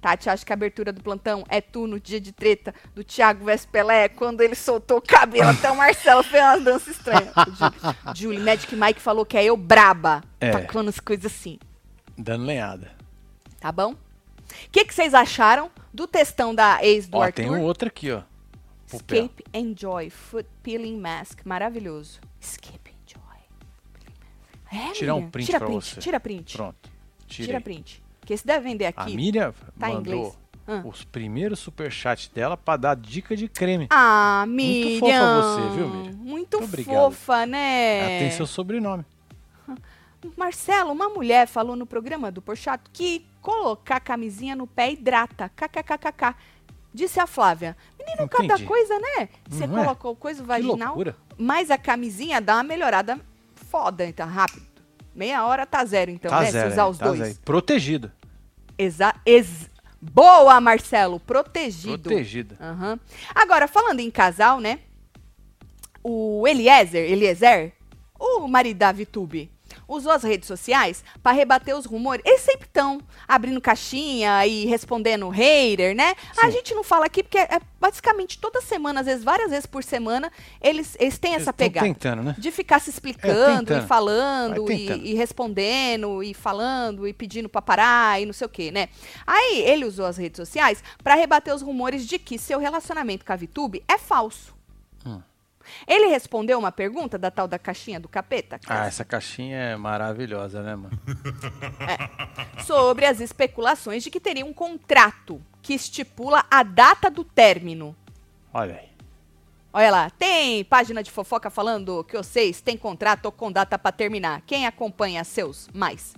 [SPEAKER 1] Tati acha que a abertura do plantão é tu no dia de treta do Thiago Vespelé, quando ele soltou o cabelo
[SPEAKER 2] [LAUGHS]
[SPEAKER 1] até o Marcelo fez uma dança estranha. Ju- Julie, Magic Mike falou que é eu braba,
[SPEAKER 2] É.
[SPEAKER 1] tacando as coisas assim,
[SPEAKER 2] Dando lenhada.
[SPEAKER 1] tá bom? O que, que vocês acharam do textão da ex do
[SPEAKER 2] Ó,
[SPEAKER 1] Arthur?
[SPEAKER 2] tem um outro aqui, ó. Pro pé.
[SPEAKER 1] Escape Enjoy Foot Peeling Mask. Maravilhoso. Escape Enjoy. peeling mask. É,
[SPEAKER 2] Tirar um
[SPEAKER 1] menina?
[SPEAKER 2] print
[SPEAKER 1] tira
[SPEAKER 2] pra
[SPEAKER 1] print,
[SPEAKER 2] você.
[SPEAKER 1] Tira print.
[SPEAKER 2] Pronto.
[SPEAKER 1] Tira
[SPEAKER 2] Tira
[SPEAKER 1] print. Porque se der vender
[SPEAKER 2] A
[SPEAKER 1] aqui.
[SPEAKER 2] Miriam
[SPEAKER 1] Tá em
[SPEAKER 2] mandou
[SPEAKER 1] inglês. Ah.
[SPEAKER 2] os primeiros superchats dela pra dar dica de creme.
[SPEAKER 1] Ah, Miriam.
[SPEAKER 2] Muito fofa você, viu, Miriam?
[SPEAKER 1] Muito
[SPEAKER 2] Muito obrigado.
[SPEAKER 1] fofa,
[SPEAKER 2] Ela
[SPEAKER 1] né?
[SPEAKER 2] tem seu sobrenome.
[SPEAKER 1] Marcelo, uma mulher falou no programa do Porchato que colocar a camisinha no pé hidrata. KKKKK. Disse a Flávia. Menino,
[SPEAKER 2] Não
[SPEAKER 1] cada
[SPEAKER 2] entendi.
[SPEAKER 1] coisa, né? Você
[SPEAKER 2] Não é?
[SPEAKER 1] colocou coisa
[SPEAKER 2] Que
[SPEAKER 1] vaginal,
[SPEAKER 2] loucura.
[SPEAKER 1] mas a camisinha dá uma melhorada foda, então, rápido. Meia hora tá zero, então,
[SPEAKER 2] tá
[SPEAKER 1] né?
[SPEAKER 2] zero.
[SPEAKER 1] Se usar
[SPEAKER 2] hein?
[SPEAKER 1] os
[SPEAKER 2] tá
[SPEAKER 1] dois.
[SPEAKER 2] zero. Protegido.
[SPEAKER 1] Exa ex Boa, Marcelo! Protegido.
[SPEAKER 2] Protegida.
[SPEAKER 1] Aham. Agora, falando em casal, né? O Eliezer, Eliezer, o marido da Vitube, usou as redes sociais para rebater os rumores. Eles sempre estão abrindo caixinha e respondendo hater, né? A
[SPEAKER 2] Sim.
[SPEAKER 1] gente não fala aqui porque é, é basicamente toda semana, às vezes várias vezes por semana, eles, eles têm essa
[SPEAKER 2] Eles tão
[SPEAKER 1] pegada.
[SPEAKER 2] tentando, né?
[SPEAKER 1] De ficar se explicando e
[SPEAKER 2] tentando.
[SPEAKER 1] falando
[SPEAKER 2] Vai
[SPEAKER 1] e,
[SPEAKER 2] tentando.
[SPEAKER 1] e respondendo e falando e pedindo pra parar e não sei o que, né? Aí ele usou as redes sociais pra rebater os rumores de que seu relacionamento com a Vitube é falso.
[SPEAKER 2] Hum.
[SPEAKER 1] Ele respondeu uma pergunta da tal da caixinha do capeta
[SPEAKER 2] Ah,
[SPEAKER 1] Cass,
[SPEAKER 2] essa caixinha é maravilhosa, né, mano? é.
[SPEAKER 1] sobre as especulações de que teria um contrato que estipula a data do término.
[SPEAKER 2] [LAUGHS] Olha aí.
[SPEAKER 1] Olha lá, tem página de fofoca falando que vocês têm contrato com data pra terminar. Quem acompanha seus mais?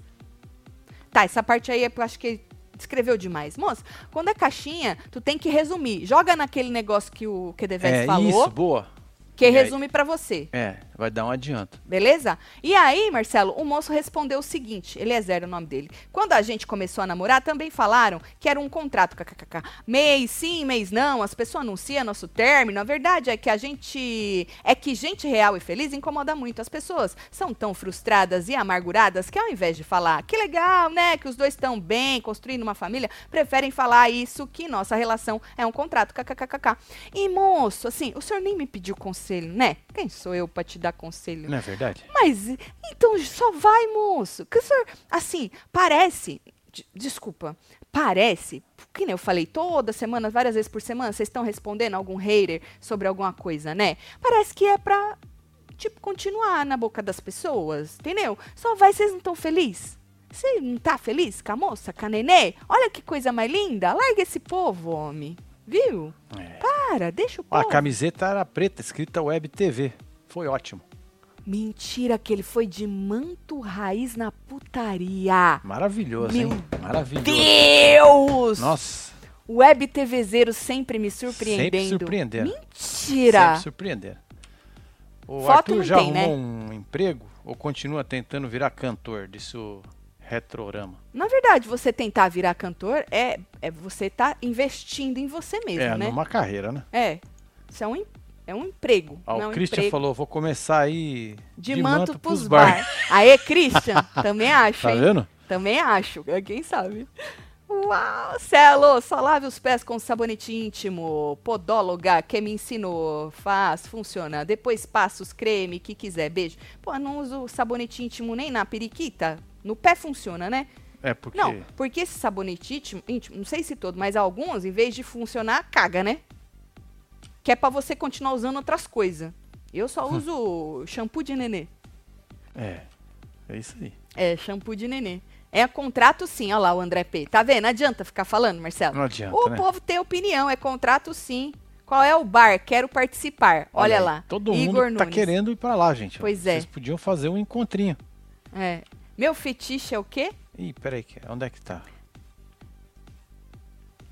[SPEAKER 1] Tá, essa parte aí eu acho que ele descreveu demais. Moço, quando é caixinha, tu tem que resumir. Joga naquele negócio que o QDVS
[SPEAKER 2] É
[SPEAKER 1] falou,
[SPEAKER 2] isso, boa.
[SPEAKER 1] que
[SPEAKER 2] E aí?
[SPEAKER 1] resume pra você.
[SPEAKER 2] É, vai dar um adianto.
[SPEAKER 1] Beleza? E aí, Marcelo, o moço respondeu o seguinte: ele é zero o nome dele. Quando a gente começou a namorar, também falaram que era um contrato, kkkk. Mês sim, mês não, as pessoas anunciam nosso término. A verdade é que a gente. É que gente real e feliz incomoda muito. As pessoas são tão frustradas e amarguradas que ao invés de falar que legal, né, que os dois estão bem, construindo uma família, preferem falar isso que nossa relação é um contrato, kkkk. E moço, assim, o senhor nem me pediu conselho, né? Quem sou eu pra te dar conselho?
[SPEAKER 2] Não é verdade?
[SPEAKER 1] Mas então só vai, moço. Que o senhor, assim, parece. de- Desculpa, parece. Que nem eu falei, toda semana, várias vezes por semana, vocês estão respondendo algum hater sobre alguma coisa, né? Parece que é pra, tipo, continuar na boca das pessoas, entendeu? Só vai, vocês não estão felizes? Você não tá feliz com a moça, com a nenê? Olha que coisa mais linda. Larga esse povo, homem. Viu?
[SPEAKER 2] É.
[SPEAKER 1] Para, deixa o
[SPEAKER 2] Ó,
[SPEAKER 1] povo.
[SPEAKER 2] a camiseta era preta, escrita Web TV. Foi ótimo.
[SPEAKER 1] Mentira que ele foi de manto raiz na putaria.
[SPEAKER 2] Maravilhoso,
[SPEAKER 1] Meu
[SPEAKER 2] hein? Maravilhoso.
[SPEAKER 1] Deus!
[SPEAKER 2] Nossa,
[SPEAKER 1] Web TVzeiro sempre me surpreendendo.
[SPEAKER 2] sempre surpreendendo.
[SPEAKER 1] Mentira!
[SPEAKER 2] Sempre surpreendendo. O
[SPEAKER 1] Foto não
[SPEAKER 2] Arthur já
[SPEAKER 1] tem, né?
[SPEAKER 2] arrumou um emprego ou continua tentando virar cantor? Disse o Retrorama.
[SPEAKER 1] Na verdade, você tentar virar cantor é, é você tá investindo em você mesmo,
[SPEAKER 2] é,
[SPEAKER 1] né?
[SPEAKER 2] numa carreira, né?
[SPEAKER 1] É. Isso é um, em- é um emprego.
[SPEAKER 2] Ó,
[SPEAKER 1] não é um
[SPEAKER 2] o Christian
[SPEAKER 1] emprego.
[SPEAKER 2] falou, vou começar aí
[SPEAKER 1] De, manto, pros
[SPEAKER 2] bar.
[SPEAKER 1] bar. Aê,
[SPEAKER 2] [LAUGHS]
[SPEAKER 1] Christian! Também acho,
[SPEAKER 2] Tá
[SPEAKER 1] hein?
[SPEAKER 2] vendo?
[SPEAKER 1] Também acho, é quem sabe. Uau, Celo, só lave os pés com sabonete íntimo. Podóloga que me ensinou. Faz, funciona. Depois passa os creme que quiser. Beijo. Pô, eu não uso sabonete íntimo nem na periquita. No pé funciona, né?
[SPEAKER 2] É porque...
[SPEAKER 1] Não, porque esse sabonete íntimo, íntimo, não sei se todo, mas alguns, em vez de funcionar, caga, né? Que é pra você continuar usando outras coisas. Eu só uso shampoo de nenê.
[SPEAKER 2] É. É isso aí.
[SPEAKER 1] É, shampoo de nenê. É contrato sim, olha lá o André P. Tá vendo? Não adianta ficar falando, Marcelo.
[SPEAKER 2] Não adianta,
[SPEAKER 1] O
[SPEAKER 2] né?
[SPEAKER 1] povo tem opinião, é contrato sim. Qual é o bar? Quero participar. Olha,
[SPEAKER 2] aí,
[SPEAKER 1] lá.
[SPEAKER 2] Todo
[SPEAKER 1] Igor
[SPEAKER 2] mundo tá
[SPEAKER 1] Nunes.
[SPEAKER 2] querendo ir pra lá, gente.
[SPEAKER 1] Pois é.
[SPEAKER 2] Vocês podiam fazer um encontrinho.
[SPEAKER 1] É. Meu fetiche é o quê?
[SPEAKER 2] Ih, peraí, que- onde é que tá?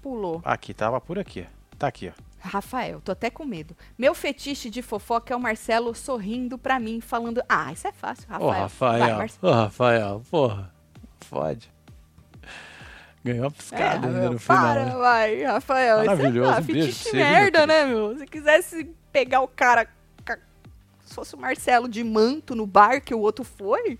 [SPEAKER 1] Pulou.
[SPEAKER 2] Aqui, tava por aqui. ó. Tá aqui, ó.
[SPEAKER 1] Rafael, tô até com medo. Meu fetiche de fofoca é o Marcelo sorrindo pra mim, falando. Ah, isso é fácil, Rafael.
[SPEAKER 2] Ô,
[SPEAKER 1] Vai,
[SPEAKER 2] Rafael.
[SPEAKER 1] Marcelo.
[SPEAKER 2] Ô, Rafael, porra. Fode. Ganhou uma piscada
[SPEAKER 1] É,
[SPEAKER 2] ainda
[SPEAKER 1] meu,
[SPEAKER 2] no
[SPEAKER 1] para,
[SPEAKER 2] final. né?
[SPEAKER 1] vai, Rafael. Isso é
[SPEAKER 2] Maravilhoso,
[SPEAKER 1] fácil.
[SPEAKER 2] um beijo pra
[SPEAKER 1] fetiche
[SPEAKER 2] você, viu, meu
[SPEAKER 1] merda,
[SPEAKER 2] querido?
[SPEAKER 1] né, meu? Se quisesse pegar o cara. ca- Se fosse o Marcelo de manto no bar que o outro foi,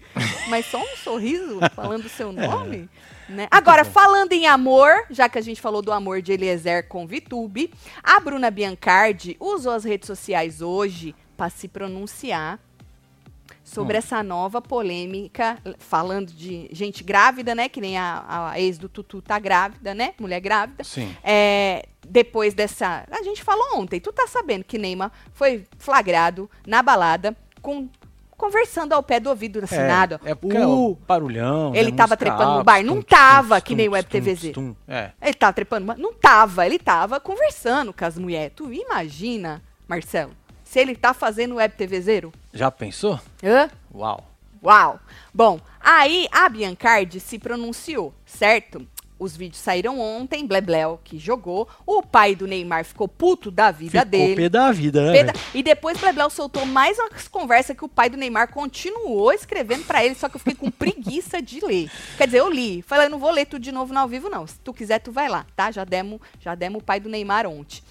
[SPEAKER 1] mas só um
[SPEAKER 2] [LAUGHS]
[SPEAKER 1] sorriso falando
[SPEAKER 2] É,
[SPEAKER 1] seu nome. Né? Agora, falando em amor, já que a gente falou do amor de Eliezer com Vitube, a Bruna Biancardi usou as redes sociais hoje para se pronunciar
[SPEAKER 2] Hum.
[SPEAKER 1] sobre essa nova polêmica, falando de gente grávida, né? Que nem a, a ex do Tutu tá grávida, né? Mulher grávida.
[SPEAKER 2] Sim.
[SPEAKER 1] É, depois dessa. A gente falou ontem, tu tá sabendo que Neymar foi flagrado na balada com conversando ao pé do ouvido assinado.
[SPEAKER 2] É, é porque é
[SPEAKER 1] Uh,
[SPEAKER 2] um barulhão.
[SPEAKER 1] ele
[SPEAKER 2] né?
[SPEAKER 1] tava
[SPEAKER 2] Música
[SPEAKER 1] trepando no
[SPEAKER 2] alta,
[SPEAKER 1] bar. Não
[SPEAKER 2] tum, tum,
[SPEAKER 1] tava,
[SPEAKER 2] tum,
[SPEAKER 1] que nem o
[SPEAKER 2] tum,
[SPEAKER 1] WebTVZ.
[SPEAKER 2] tum, tum. É.
[SPEAKER 1] Ele tava trepando. mas Não tava, ele tava conversando com as mulheres. Tu imagina, Marcelo, se ele tá fazendo web TV zero?
[SPEAKER 2] Já pensou?
[SPEAKER 1] Hã?
[SPEAKER 2] Uau.
[SPEAKER 1] Uau! Bom, aí a Biancardi se pronunciou, certo? Os vídeos saíram ontem, Blebleu que jogou, o pai do Neymar ficou puto da vida
[SPEAKER 2] Ficou
[SPEAKER 1] dele.
[SPEAKER 2] pé da vida, né?
[SPEAKER 1] Peda-
[SPEAKER 2] velho?
[SPEAKER 1] E depois Blebleu soltou mais uma conversa que o pai do Neymar continuou escrevendo pra ele, só que eu fiquei com preguiça de ler. Quer dizer, eu li. Falei, eu não vou ler tudo de novo no ao vivo, não. Se tu quiser, tu vai lá, tá? Já demos já demo o pai do Neymar ontem.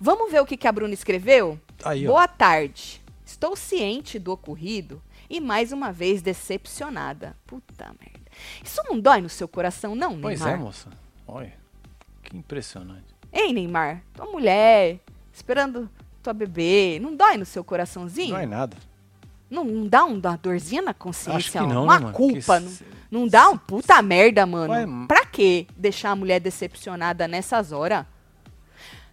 [SPEAKER 1] Vamos ver o que, que a Bruna escreveu?
[SPEAKER 2] Aí, ó.
[SPEAKER 1] Boa tarde. Estou ciente do ocorrido e mais uma vez decepcionada. Puta merda. Isso não dói no seu coração, não, Neymar?
[SPEAKER 2] Pois é, moça. Olha. Que impressionante.
[SPEAKER 1] Ei, Neymar, tua mulher, esperando tua bebê, não dói no seu coraçãozinho?
[SPEAKER 2] Não é nada.
[SPEAKER 1] Não, não dá um- uma dorzinha na consciência,
[SPEAKER 2] Acho que não,
[SPEAKER 1] uma
[SPEAKER 2] né, mano?
[SPEAKER 1] culpa.
[SPEAKER 2] Que
[SPEAKER 1] Não,
[SPEAKER 2] se-
[SPEAKER 1] não dá um puta merda, mano.
[SPEAKER 2] Ué, m-
[SPEAKER 1] pra que deixar a mulher decepcionada nessas horas?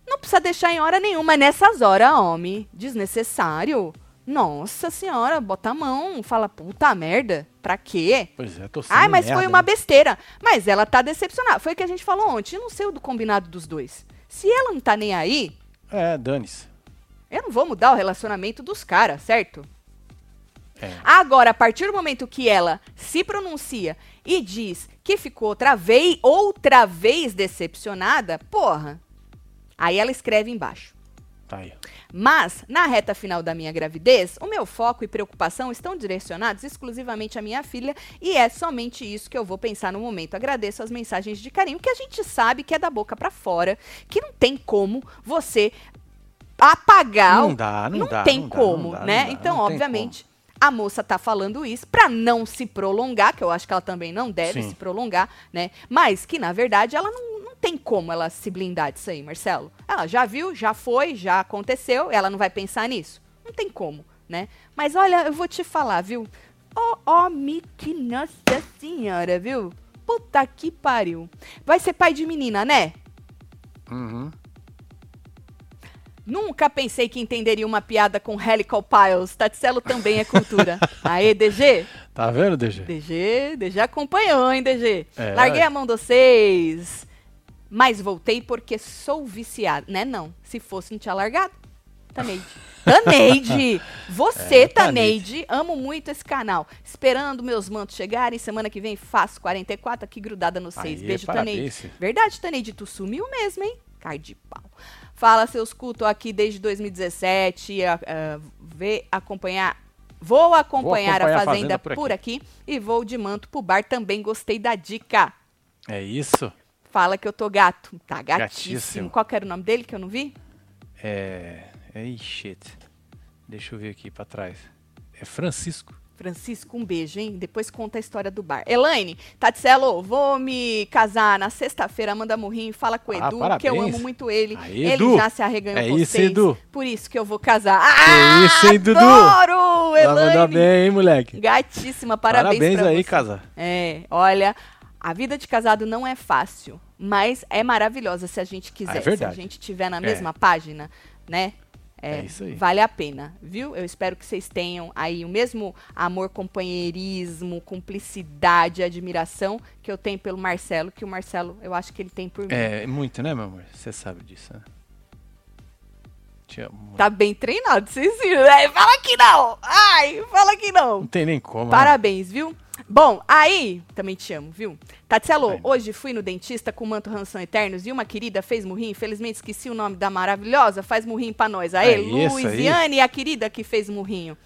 [SPEAKER 1] Não precisa deixar em hora nenhuma é nessas horas, homem. Desnecessário. Nossa senhora, bota a mão, fala puta merda. Pra quê?
[SPEAKER 2] Pois é, tô sendo
[SPEAKER 1] Ai, mas foi
[SPEAKER 2] merda,
[SPEAKER 1] uma
[SPEAKER 2] né?
[SPEAKER 1] besteira. Mas ela tá decepcionada. Foi o que a gente falou ontem. Eu não sei o do combinado dos dois. Se ela não tá nem aí,
[SPEAKER 2] É, dane-se.
[SPEAKER 1] eu não vou mudar o relacionamento dos caras, certo?
[SPEAKER 2] É.
[SPEAKER 1] Agora, a partir do momento que ela se pronuncia e diz que ficou outra vez, outra vez decepcionada, porra. Aí ela escreve embaixo.
[SPEAKER 2] Tá aí.
[SPEAKER 1] Mas, na reta final da minha gravidez, o meu foco e preocupação estão direcionados exclusivamente à minha filha e é somente isso que eu vou pensar no momento. Agradeço as mensagens de carinho que a gente sabe que é da boca pra fora, que não tem como você apagar
[SPEAKER 2] Não
[SPEAKER 1] o-
[SPEAKER 2] dá, não,
[SPEAKER 1] não
[SPEAKER 2] dá.
[SPEAKER 1] tem
[SPEAKER 2] não dá, não
[SPEAKER 1] como,
[SPEAKER 2] dá, não
[SPEAKER 1] né?
[SPEAKER 2] dá,
[SPEAKER 1] então,
[SPEAKER 2] não tem
[SPEAKER 1] obviamente, a moça tá falando isso pra não se prolongar, que eu acho que ela também não deve
[SPEAKER 2] Sim.
[SPEAKER 1] se prolongar, né? Mas que, na verdade, ela não, não tem como ela se blindar disso aí, Marcelo. Ela já viu, já foi, já aconteceu, ela não vai pensar nisso. Não tem como, né? Mas olha, eu vou te falar, viu? Ó, ó, Mickey, nossa senhora, viu? Puta que pariu. Vai ser pai de menina, né?
[SPEAKER 2] como. Uhum.
[SPEAKER 1] Nunca pensei que entenderia uma piada com Helical Piles. Taticelo também é
[SPEAKER 2] [LAUGHS]
[SPEAKER 1] cultura. Aê, DG?
[SPEAKER 2] Tá vendo, DG?
[SPEAKER 1] DG, DG acompanhou, hein, DG?
[SPEAKER 2] É.
[SPEAKER 1] Larguei a mão de vocês, mas voltei porque sou viciado. Né, não. Se fosse, não tinha largado.
[SPEAKER 2] [LAUGHS]
[SPEAKER 1] Taneide. Taneide! Você,
[SPEAKER 2] É,
[SPEAKER 1] Taneide, amo muito esse canal. Esperando meus mantos chegarem. Semana que vem faço 44 aqui grudada no 6.
[SPEAKER 2] Aê,
[SPEAKER 1] Beijo, Taneide.
[SPEAKER 2] parabéns.
[SPEAKER 1] Verdade, Taneide, tu sumiu mesmo, hein? Cai de pau. Fala seus cultos aqui desde 2017. a- a- vê, acompanhar. Vou acompanhar, a
[SPEAKER 2] acompanhar
[SPEAKER 1] Fazenda, por, aqui. e vou de manto pro bar. Também gostei da dica.
[SPEAKER 2] É isso.
[SPEAKER 1] Fala que eu tô gato. Tá gatíssimo.
[SPEAKER 2] Gatíssimo.
[SPEAKER 1] Qual que era o nome dele que eu não vi?
[SPEAKER 2] É. Ei, shit. Deixa eu ver aqui pra trás. É Francisco.
[SPEAKER 1] Francisco, um beijo, hein? Depois conta a história do bar. Elaine, Tatselo, vou me casar na sexta-feira. Manda morrinho, fala com o
[SPEAKER 2] Ah,
[SPEAKER 1] Edu, que eu
[SPEAKER 2] parabéns.
[SPEAKER 1] amo muito ele.
[SPEAKER 2] Aí,
[SPEAKER 1] ele
[SPEAKER 2] Edu.
[SPEAKER 1] já se arreganhou
[SPEAKER 2] É
[SPEAKER 1] com
[SPEAKER 2] isso,
[SPEAKER 1] vocês.
[SPEAKER 2] Edu. É
[SPEAKER 1] Por isso que eu vou casar. Ah,
[SPEAKER 2] isso, hein, Dudu?
[SPEAKER 1] Adoro,
[SPEAKER 2] Vai mandar
[SPEAKER 1] Elaine.
[SPEAKER 2] bem, hein, moleque?
[SPEAKER 1] Gatíssima, parabéns,
[SPEAKER 2] Parabéns
[SPEAKER 1] pra
[SPEAKER 2] aí,
[SPEAKER 1] você.
[SPEAKER 2] casa.
[SPEAKER 1] É, olha, a vida de casado não é fácil, mas é maravilhosa se a gente quiser,
[SPEAKER 2] Ah, é
[SPEAKER 1] se a
[SPEAKER 2] verdade.
[SPEAKER 1] gente tiver na
[SPEAKER 2] É.
[SPEAKER 1] mesma página, né? É, é, isso aí. Vale a pena, viu? Eu espero que vocês tenham aí o mesmo amor, companheirismo, cumplicidade, admiração que eu tenho pelo Marcelo, que o Marcelo, eu acho que ele tem por mim.
[SPEAKER 2] É, muito, né, meu amor? Você sabe disso, né?
[SPEAKER 1] Te amo. Muito. Tá bem treinado, vocês viram, né? Fala que não! Ai, fala que não!
[SPEAKER 2] Não tem nem como.
[SPEAKER 1] Parabéns, né? viu? Bom, aí, também te amo, viu? Tatielo, hoje fui no dentista com manto ranção eternos e uma querida fez murrim. Infelizmente esqueci o nome da maravilhosa, faz murrim pra nós. Aê, é Luiziane, a querida que fez murrinho.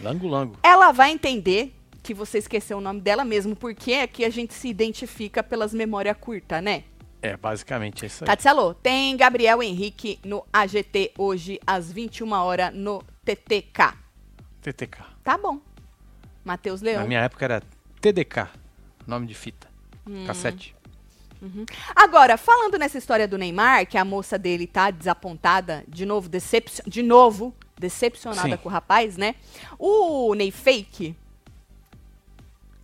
[SPEAKER 2] Lango, lango.
[SPEAKER 1] Ela vai entender que você esqueceu o nome dela mesmo, porque é que a gente se identifica pelas memórias curtas, né?
[SPEAKER 2] É, basicamente é isso aí.
[SPEAKER 1] Tatielo, tem Gabriel Henrique no AGT hoje às 21 horas no TTK.
[SPEAKER 2] TTK.
[SPEAKER 1] Tá bom. Matheus Leão.
[SPEAKER 2] Na minha época era TDK, nome de fita, hum. cassete.
[SPEAKER 1] Uhum. Agora, falando nessa história do Neymar, que a moça dele tá desapontada, de novo, decepcio de novo decepcionada Sim. com o rapaz, né? O Ney Fake.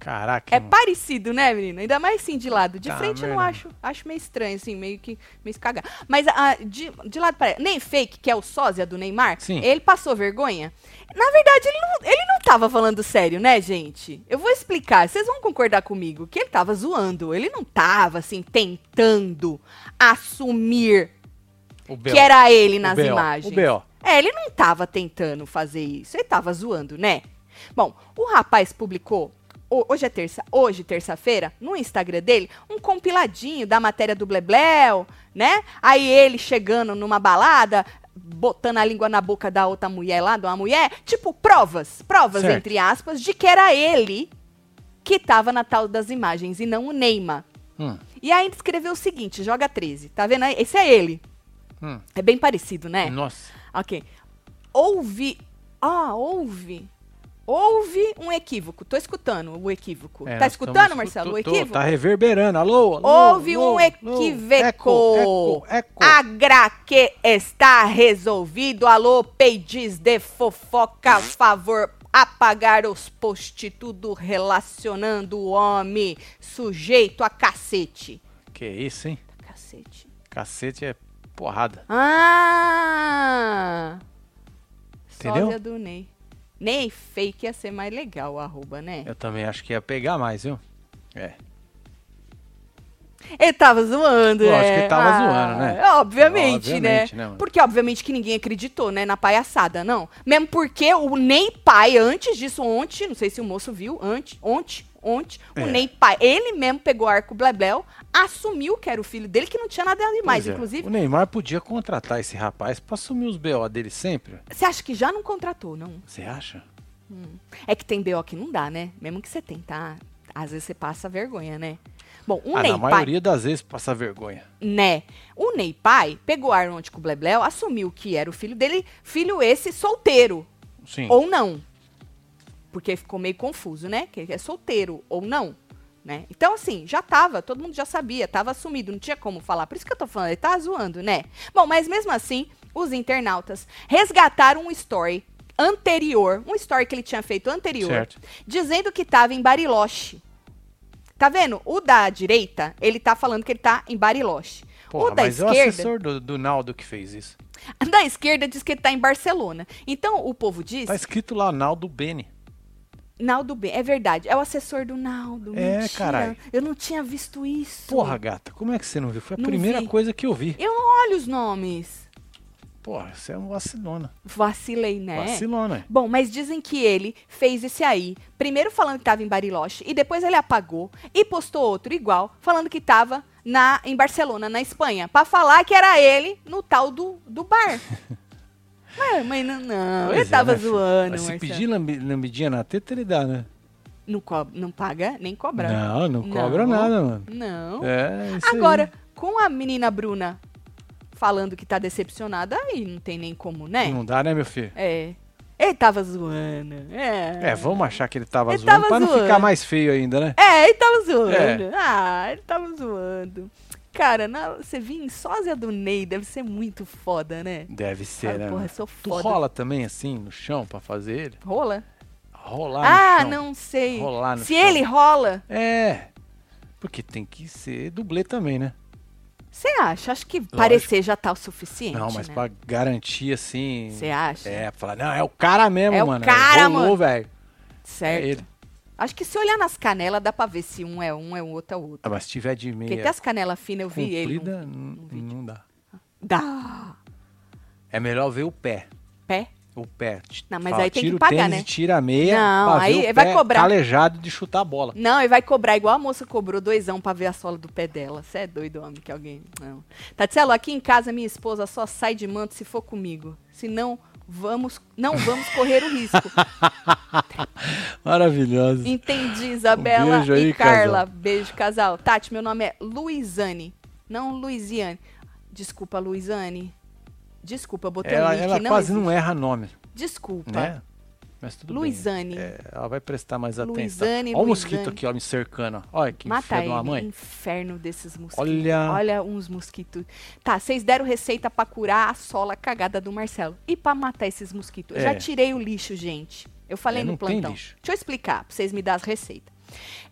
[SPEAKER 2] Caraca.
[SPEAKER 1] É mano. parecido, né, menina? Ainda mais assim, de lado. De tá frente merda. eu não acho. Acho meio estranho, assim, meio que meio cagar. Mas a, de, de lado parece. Nem fake, que é o sósia do Neymar, Sim. ele passou vergonha. Na verdade, ele não, ele não tava falando sério, né, gente? Eu vou explicar. Vocês vão concordar comigo que ele tava zoando. Ele não tava, assim, tentando assumir que era ele nas
[SPEAKER 2] o
[SPEAKER 1] imagens.
[SPEAKER 2] O B.O.
[SPEAKER 1] É, ele não tava tentando fazer isso. Ele tava zoando, né? Bom, o rapaz publicou hoje é terça, hoje, terça-feira, no Instagram dele, um compiladinho da matéria do Blebleu, né? Aí ele chegando numa balada, botando a língua na boca da outra mulher lá, de uma mulher, tipo provas, provas certo. entre aspas, de que era ele que tava na tal das imagens e não o Neymar. Hum. E aí ele escreveu o seguinte, joga 13, tá vendo aí? Esse é ele. Hum. É bem parecido, né?
[SPEAKER 2] Nossa.
[SPEAKER 1] OK. Ouve, ah, ouve houve um equívoco. Tô escutando o equívoco. É, tá escutando, estamos, Marcelo, tô, o equívoco? Tô,
[SPEAKER 2] tá reverberando. Alô, alô
[SPEAKER 1] Houve alô, um Ah. equívoco. Agra que está resolvido. Alô, pages de fofoca, a favor. Apagar os posts, tudo relacionando o homem sujeito a cacete.
[SPEAKER 2] Que isso, hein?
[SPEAKER 1] Cacete.
[SPEAKER 2] Cacete é porrada.
[SPEAKER 1] Ah!
[SPEAKER 2] Entendeu?
[SPEAKER 1] Sósia do Ney. Nem fake ia ser mais legal, arroba, né?
[SPEAKER 2] Eu também acho que ia pegar mais, viu? É.
[SPEAKER 1] Ele tava zoando, né?
[SPEAKER 2] Lógico
[SPEAKER 1] é,
[SPEAKER 2] Lógico que ele tava ah, zoando, né?
[SPEAKER 1] Obviamente, obviamente né? né porque, obviamente, que ninguém acreditou, né? Na palhaçada, não. Mesmo porque o Ney Pai, antes disso, ontem, não sei se o moço viu, antes, ontem, ontem, é. o Ney Pai, ele mesmo pegou o arco Blebleu, assumiu que era o filho dele, que não tinha nada demais, é. inclusive.
[SPEAKER 2] O Neymar podia contratar esse rapaz pra assumir os BO dele sempre.
[SPEAKER 1] Você acha que já não contratou, não?
[SPEAKER 2] Você acha?
[SPEAKER 1] Hum. É que tem BO que não dá, né? Mesmo que você tentar, às vezes você passa vergonha, né? Bom, o ah, Ney
[SPEAKER 2] na maioria das vezes passa vergonha.
[SPEAKER 1] Né? O Ney Pai pegou Arnold com Blebleu, assumiu que era o filho dele, filho esse solteiro.
[SPEAKER 2] Sim.
[SPEAKER 1] Ou não porque ficou meio confuso, né? Que é solteiro ou não, né? Então, assim, já tava, todo mundo já sabia, tava assumido, não tinha como falar. Por isso que eu tô falando, ele tá zoando, né? Bom, mas mesmo assim, os internautas resgataram um story anterior, um story que ele tinha feito anterior, certo. dizendo que tava em Bariloche. Tá vendo? O da direita, ele tá falando que ele tá em Bariloche.
[SPEAKER 2] Porra,
[SPEAKER 1] o da
[SPEAKER 2] mas
[SPEAKER 1] esquerda,
[SPEAKER 2] é o assessor do, do Naldo que fez isso.
[SPEAKER 1] [LAUGHS] Da esquerda diz que ele tá em Barcelona. Então, o povo diz...
[SPEAKER 2] Tá escrito lá, Naldo Bene.
[SPEAKER 1] Naldo B, é verdade. É o assessor do Naldo. É, mentira.
[SPEAKER 2] Carai.
[SPEAKER 1] Eu não tinha visto isso.
[SPEAKER 2] Porra, gata, como é que você não viu? Foi a não primeira vi. coisa que eu vi.
[SPEAKER 1] Eu não olho os nomes.
[SPEAKER 2] Porra, você é um vacilona.
[SPEAKER 1] Vacilei, né?
[SPEAKER 2] Vacilona.
[SPEAKER 1] Bom, mas dizem que ele fez esse aí, primeiro falando que tava em Bariloche, e depois ele apagou e postou outro igual, falando que tava na, em Barcelona, na Espanha, para falar que era ele no tal do, do bar.
[SPEAKER 2] [LAUGHS]
[SPEAKER 1] Mas, mas não, não. Pois ele é, tava né, zoando.
[SPEAKER 2] Se pedir lambidinha na teta, ele dá, né?
[SPEAKER 1] Não, cobra, não paga nem cobra.
[SPEAKER 2] Não, não cobra não, nada, mano.
[SPEAKER 1] Não.
[SPEAKER 2] É,
[SPEAKER 1] Agora,
[SPEAKER 2] aí.
[SPEAKER 1] com a menina Bruna falando que tá decepcionada, aí não tem nem como, né?
[SPEAKER 2] Não dá, né, meu filho?
[SPEAKER 1] É. Ele tava zoando. É,
[SPEAKER 2] é vamos achar que ele tava ele zoando tava pra zoando. não ficar mais feio ainda, né?
[SPEAKER 1] É, ele tava zoando. É. Ah, ele tava zoando. Cara, na, você vir em sósia do Ney deve ser muito foda, né?
[SPEAKER 2] Deve ser, ah, né?
[SPEAKER 1] Porra, sou foda.
[SPEAKER 2] Tu rola também assim no chão pra fazer ele?
[SPEAKER 1] Rola?
[SPEAKER 2] Rolar
[SPEAKER 1] ah,
[SPEAKER 2] no chão.
[SPEAKER 1] não sei.
[SPEAKER 2] Rolar no
[SPEAKER 1] Se
[SPEAKER 2] chão.
[SPEAKER 1] ele rola.
[SPEAKER 2] É. Porque tem que ser dublê também, né?
[SPEAKER 1] Você acha? Acho que parecer já tá o suficiente.
[SPEAKER 2] Não, mas
[SPEAKER 1] né?
[SPEAKER 2] pra garantir assim.
[SPEAKER 1] Você acha?
[SPEAKER 2] É, pra falar, não, é o cara mesmo,
[SPEAKER 1] É o
[SPEAKER 2] mano.
[SPEAKER 1] cara,
[SPEAKER 2] Rolou,
[SPEAKER 1] mano.
[SPEAKER 2] velho. É
[SPEAKER 1] certo.
[SPEAKER 2] ele.
[SPEAKER 1] Acho que se olhar nas canelas dá pra ver se um é um, é o outro, é o outro.
[SPEAKER 2] Ah, mas se tiver de
[SPEAKER 1] Porque
[SPEAKER 2] meia
[SPEAKER 1] até as canelas finas eu vi ele. um-
[SPEAKER 2] comprida, n- não dá.
[SPEAKER 1] não- Dá.
[SPEAKER 2] É melhor ver o pé.
[SPEAKER 1] Pé.
[SPEAKER 2] O pé. T-
[SPEAKER 1] Não, mas
[SPEAKER 2] fala,
[SPEAKER 1] aí tem
[SPEAKER 2] tira
[SPEAKER 1] que
[SPEAKER 2] o
[SPEAKER 1] pagar,
[SPEAKER 2] tênis
[SPEAKER 1] né?
[SPEAKER 2] e tira a meia.
[SPEAKER 1] Não,
[SPEAKER 2] pra ver
[SPEAKER 1] aí
[SPEAKER 2] o
[SPEAKER 1] vai
[SPEAKER 2] pé
[SPEAKER 1] cobrar.
[SPEAKER 2] Calejado de chutar a bola.
[SPEAKER 1] Não, e vai cobrar igual a moça cobrou doisão pra ver a sola do pé dela. Você é doido, homem, que alguém. Não. Tatielo, aqui em casa minha esposa só sai de manto se for comigo. Se não, vamos, não vamos correr o
[SPEAKER 2] [LAUGHS]
[SPEAKER 1] risco.
[SPEAKER 2] Maravilhoso.
[SPEAKER 1] Entendi, Isabela
[SPEAKER 2] Um beijo
[SPEAKER 1] e
[SPEAKER 2] aí,
[SPEAKER 1] Carla.
[SPEAKER 2] casal.
[SPEAKER 1] Beijo, casal. Tati, meu nome é Luizane, não Luiziane. Desculpa, Luizane. Desculpa, eu botei um
[SPEAKER 2] Ela,
[SPEAKER 1] link
[SPEAKER 2] ela
[SPEAKER 1] não
[SPEAKER 2] quase
[SPEAKER 1] existe.
[SPEAKER 2] não erra nome,
[SPEAKER 1] Desculpa.
[SPEAKER 2] né? É, Mas tudo bem.
[SPEAKER 1] Luizane.
[SPEAKER 2] Ela vai prestar mais atenção.
[SPEAKER 1] Luizane,
[SPEAKER 2] Olha o mosquito
[SPEAKER 1] Luizane.
[SPEAKER 2] aqui, ó, me cercando. ó. Olha que
[SPEAKER 1] Mata
[SPEAKER 2] filho de
[SPEAKER 1] ele,
[SPEAKER 2] uma mãe.
[SPEAKER 1] inferno desses mosquitos.
[SPEAKER 2] Olha.
[SPEAKER 1] Olha uns mosquitos. Tá, vocês deram receita pra curar a sola cagada do Marcelo. E pra matar esses mosquitos? Eu
[SPEAKER 2] É.
[SPEAKER 1] já tirei o lixo, gente. Eu falei
[SPEAKER 2] É,
[SPEAKER 1] no
[SPEAKER 2] não tem
[SPEAKER 1] plantão.
[SPEAKER 2] lixo.
[SPEAKER 1] Deixa eu explicar pra vocês me dar as receitas.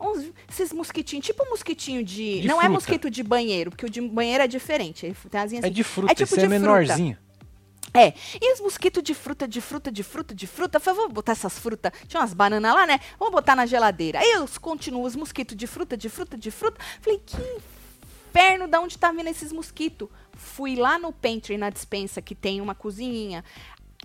[SPEAKER 1] Uns- esses mosquitinhos, tipo mosquitinho de.
[SPEAKER 2] De
[SPEAKER 1] não é
[SPEAKER 2] fruta.
[SPEAKER 1] mosquito de banheiro, porque o de banheiro é diferente. Ele tem asinha
[SPEAKER 2] É
[SPEAKER 1] assim.
[SPEAKER 2] de fruta,
[SPEAKER 1] É tipo
[SPEAKER 2] esse
[SPEAKER 1] de
[SPEAKER 2] é
[SPEAKER 1] fruta.
[SPEAKER 2] menorzinho.
[SPEAKER 1] É, e os mosquitos de fruta, de fruta, de fruta, de fruta, eu falei, vamos botar essas frutas, tinha umas bananas lá, né? Vamos botar na geladeira. Aí eu continuo os mosquitos de fruta, de fruta, de fruta. Falei, que inferno de onde tá vindo esses mosquitos? Fui lá no pantry, na dispensa, que tem uma cozinha,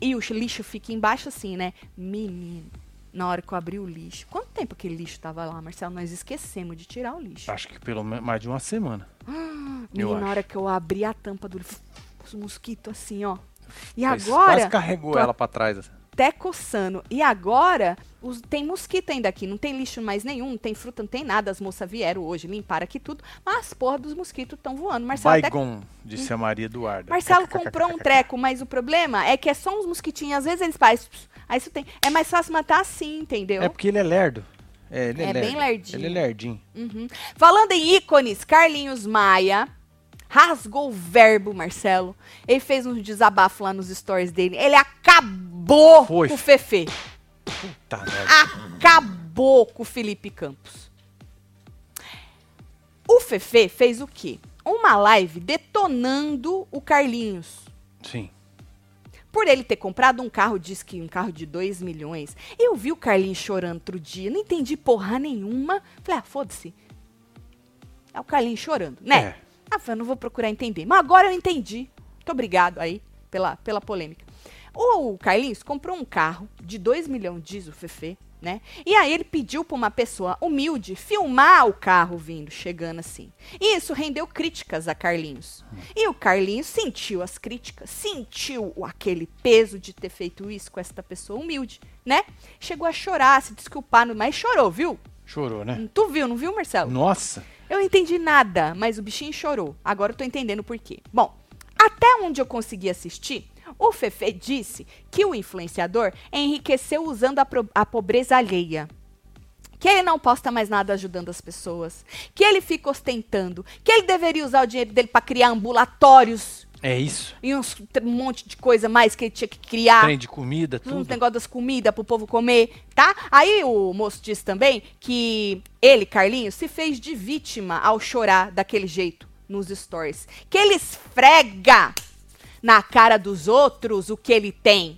[SPEAKER 1] e o lixo fica embaixo assim, né? Menino, na hora que eu abri o lixo, quanto tempo aquele lixo tava lá, Marcelo? Nós esquecemos de tirar o lixo.
[SPEAKER 2] Acho que pelo menos mais de uma semana. Ah, Eu
[SPEAKER 1] Menino, na
[SPEAKER 2] acho.
[SPEAKER 1] hora que eu abri a tampa do lixo, os mosquitos assim, ó. E
[SPEAKER 2] Mas
[SPEAKER 1] agora...
[SPEAKER 2] Quase carregou
[SPEAKER 1] tô
[SPEAKER 2] ela pra trás. assim.
[SPEAKER 1] até coçando. E agora, os- tem mosquito ainda aqui, não tem lixo mais nenhum, não tem fruta, não tem nada. As moças vieram hoje, limparam aqui tudo, mas as porra dos mosquitos estão voando. Marcelo, até- Hum.
[SPEAKER 2] Baigon, disse a Maria Eduarda.
[SPEAKER 1] Marcelo comprou um treco, mas o problema é que é só uns mosquitinhos, às vezes eles fazem. pss, Aí isso tem. É mais fácil matar assim, entendeu?
[SPEAKER 2] É porque ele é lerdo. É, ele é,
[SPEAKER 1] É
[SPEAKER 2] lerdo.
[SPEAKER 1] bem lerdinho.
[SPEAKER 2] Ele é lerdinho.
[SPEAKER 1] Uhum. Falando em ícones, Carlinhos Maia rasgou o verbo, Marcelo. Ele fez um desabafo lá nos stories dele. Ele acabou
[SPEAKER 2] Foi.
[SPEAKER 1] com o Fefe.
[SPEAKER 2] Tá, merda.
[SPEAKER 1] acabou com o Felipe Campos. O Fefe fez o quê? Uma live detonando o Carlinhos.
[SPEAKER 2] Sim.
[SPEAKER 1] Por ele ter comprado um carro, diz que um carro de 2 milhões. Eu vi o Carlinhos chorando outro dia, não entendi porra nenhuma. Falei, ah, foda-se. É o Carlinhos chorando, né?
[SPEAKER 2] É.
[SPEAKER 1] Ah, eu não vou procurar entender. Mas agora eu entendi. Muito obrigado aí pela, pela polêmica. O Carlinhos comprou um carro de 2 milhões, diz o Fefe, né? E aí ele pediu pra uma pessoa humilde filmar o carro vindo, chegando assim. E isso rendeu críticas a Carlinhos. E o Carlinhos sentiu as críticas, sentiu o- aquele peso de ter feito isso com esta pessoa humilde, né? Chegou a chorar, a se desculpar, no- mas chorou, viu?
[SPEAKER 2] Chorou, né?
[SPEAKER 1] Tu viu, não viu, Marcelo?
[SPEAKER 2] Nossa.
[SPEAKER 1] Eu não entendi nada, mas o bichinho chorou. Agora eu tô entendendo por quê. Bom, até onde eu consegui assistir, o Fefe disse que o influenciador enriqueceu usando a, pro- a pobreza alheia. Que ele não posta mais nada ajudando as pessoas. Que ele fica ostentando. Que ele deveria usar o dinheiro dele pra criar ambulatórios
[SPEAKER 2] É isso.
[SPEAKER 1] e uns, um monte de coisa mais que ele tinha que criar
[SPEAKER 2] Trem de comida,
[SPEAKER 1] um
[SPEAKER 2] tudo.
[SPEAKER 1] negócio das comidas pro povo comer, tá? Aí o moço disse também que ele, Carlinhos, se fez de vítima ao chorar daquele jeito nos stories. Que ele esfrega na cara dos outros o que ele tem.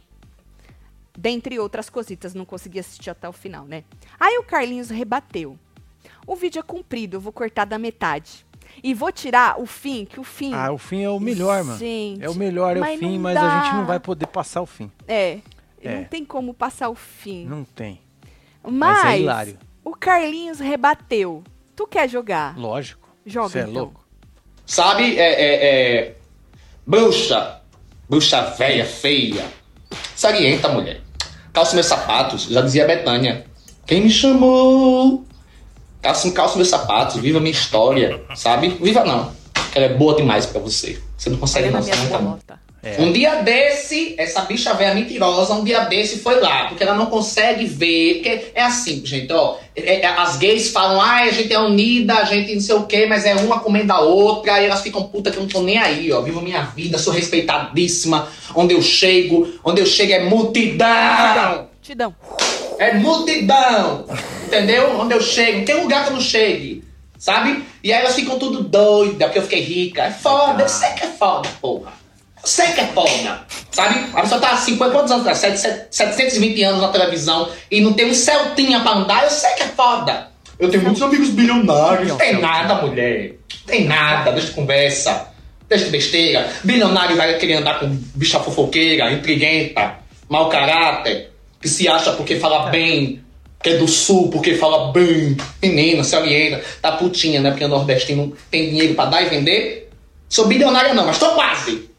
[SPEAKER 1] Dentre outras cositas, não consegui assistir até o final, né? Aí o Carlinhos rebateu. O vídeo é comprido, eu vou cortar da metade. E vou tirar o fim, que o fim.
[SPEAKER 2] Ah, o fim é o melhor, mano.
[SPEAKER 1] Gente,
[SPEAKER 2] é o melhor, é
[SPEAKER 1] mas
[SPEAKER 2] o fim,
[SPEAKER 1] não
[SPEAKER 2] mas
[SPEAKER 1] dá.
[SPEAKER 2] a gente não vai poder passar o fim.
[SPEAKER 1] é,
[SPEAKER 2] É.
[SPEAKER 1] Não tem como passar o fim.
[SPEAKER 2] Não tem.
[SPEAKER 1] Mas,
[SPEAKER 2] Mas é hilário.
[SPEAKER 1] o Carlinhos rebateu. Tu quer jogar?
[SPEAKER 2] Lógico.
[SPEAKER 1] Joga,
[SPEAKER 2] Você é
[SPEAKER 1] então.
[SPEAKER 2] louco.
[SPEAKER 3] Sabe? É, é, é... Bruxa. Bruxa velha, feia. Salienta, mulher. Calça meus sapatos, já dizia Betânia. Quem me chamou? Calça, calça meus sapatos, viva minha história, sabe? Viva não. Ela é boa demais pra você. Você não consegue então.
[SPEAKER 1] Olha na
[SPEAKER 3] não,
[SPEAKER 1] minha
[SPEAKER 3] você nunca não.
[SPEAKER 1] bolota.
[SPEAKER 2] É.
[SPEAKER 3] Um dia desse, essa bicha velha mentirosa, um dia desse foi lá, porque ela não consegue ver. Porque é assim, gente, ó. é- é- as gays falam, ah, a gente é unida, a gente não sei o quê, mas é uma comendo a outra, e elas ficam puta que eu não tô nem aí, ó. Vivo minha vida, sou respeitadíssima. Onde eu chego, onde eu chego é multidão!
[SPEAKER 1] Tidão.
[SPEAKER 3] É multidão! Entendeu? Onde eu chego, não tem lugar que eu não chegue. sabe? E aí elas ficam tudo doida porque eu fiquei rica. É foda, eu sei que é foda, porra. Eu sei que é foda, sabe? A pessoa tá há 50, quantos anos atrás? 7, 7, 720 anos na televisão e não tem um Celtinha pra andar, eu sei que é foda. Eu tenho muitos amigos bilionários.
[SPEAKER 2] Não,
[SPEAKER 3] Tem
[SPEAKER 2] Celtinha.
[SPEAKER 3] nada, mulher. Tem nada, deixa de conversa. Deixa de besteira. Bilionário vai querer andar com bicha fofoqueira, intriguenta, mau caráter, que se acha porque fala bem, que é do sul porque fala bem. Menina, se aliena, tá putinha, né? Porque o nordestino tem dinheiro pra dar e vender. Sou bilionária não, mas tô quase.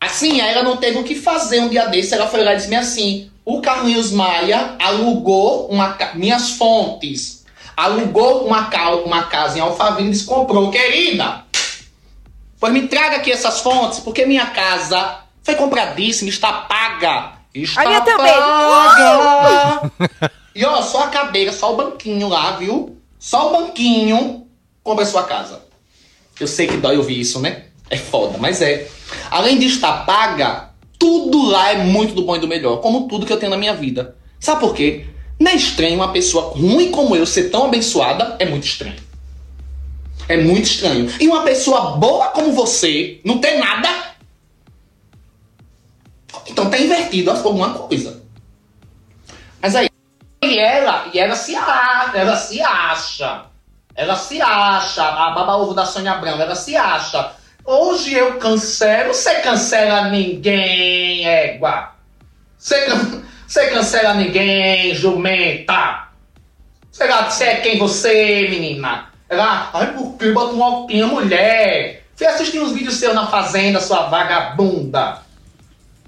[SPEAKER 3] Assim, aí ela não teve o que fazer um dia desse. Ela foi lá e disse assim: o Carlinhos Maia alugou uma ca- minhas fontes. Alugou uma, ca- uma casa em Alphaville e disse, comprou. Querida, pois me traga aqui essas fontes, porque minha casa foi compradíssima, está paga. Está
[SPEAKER 1] A minha também.
[SPEAKER 3] paga. e ó, só a cadeira, só o banquinho lá, viu? Só o banquinho compra a sua casa. Eu sei que dói ouvir isso, né? É foda, mas é. Além de estar paga, tudo lá é muito do bom e do melhor, como tudo que eu tenho na minha vida. Sabe por quê? Não é estranho uma pessoa ruim como eu ser tão abençoada, é muito estranho. É muito estranho. E uma pessoa boa como você não ter nada. Então tá invertido alguma coisa. Mas aí. E ela, e ela se acha, ela se acha. Ela se acha. A baba ovo da Sônia Abrão, ela se acha. Hoje eu cancelo, você cancela ninguém, égua. Você can- [LAUGHS] você cancela ninguém, jumenta. Será que você é quem você, menina? Ela, ai, por que bota um altinha mulher? Fui assistir uns vídeos seus na fazenda, sua vagabunda.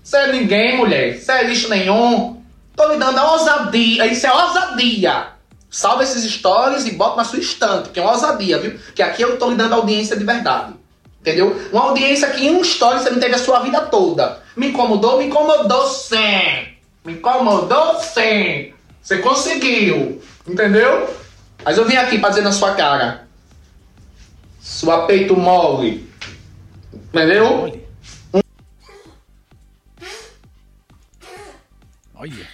[SPEAKER 3] Você é ninguém, mulher. Você é lixo nenhum. Tô lhe dando a ousadia. Isso é ousadia. Salva esses stories e bota na sua estante, que é uma ousadia, viu? Que aqui eu tô lhe dando audiência de verdade. Entendeu? Uma audiência que em um story você não teve a sua vida toda. Me incomodou, me incomodou sim. Me incomodou sim. Você conseguiu. Entendeu? Mas eu vim aqui pra dizer na sua cara. Sua peito mole. Entendeu?
[SPEAKER 2] Olha. Olha.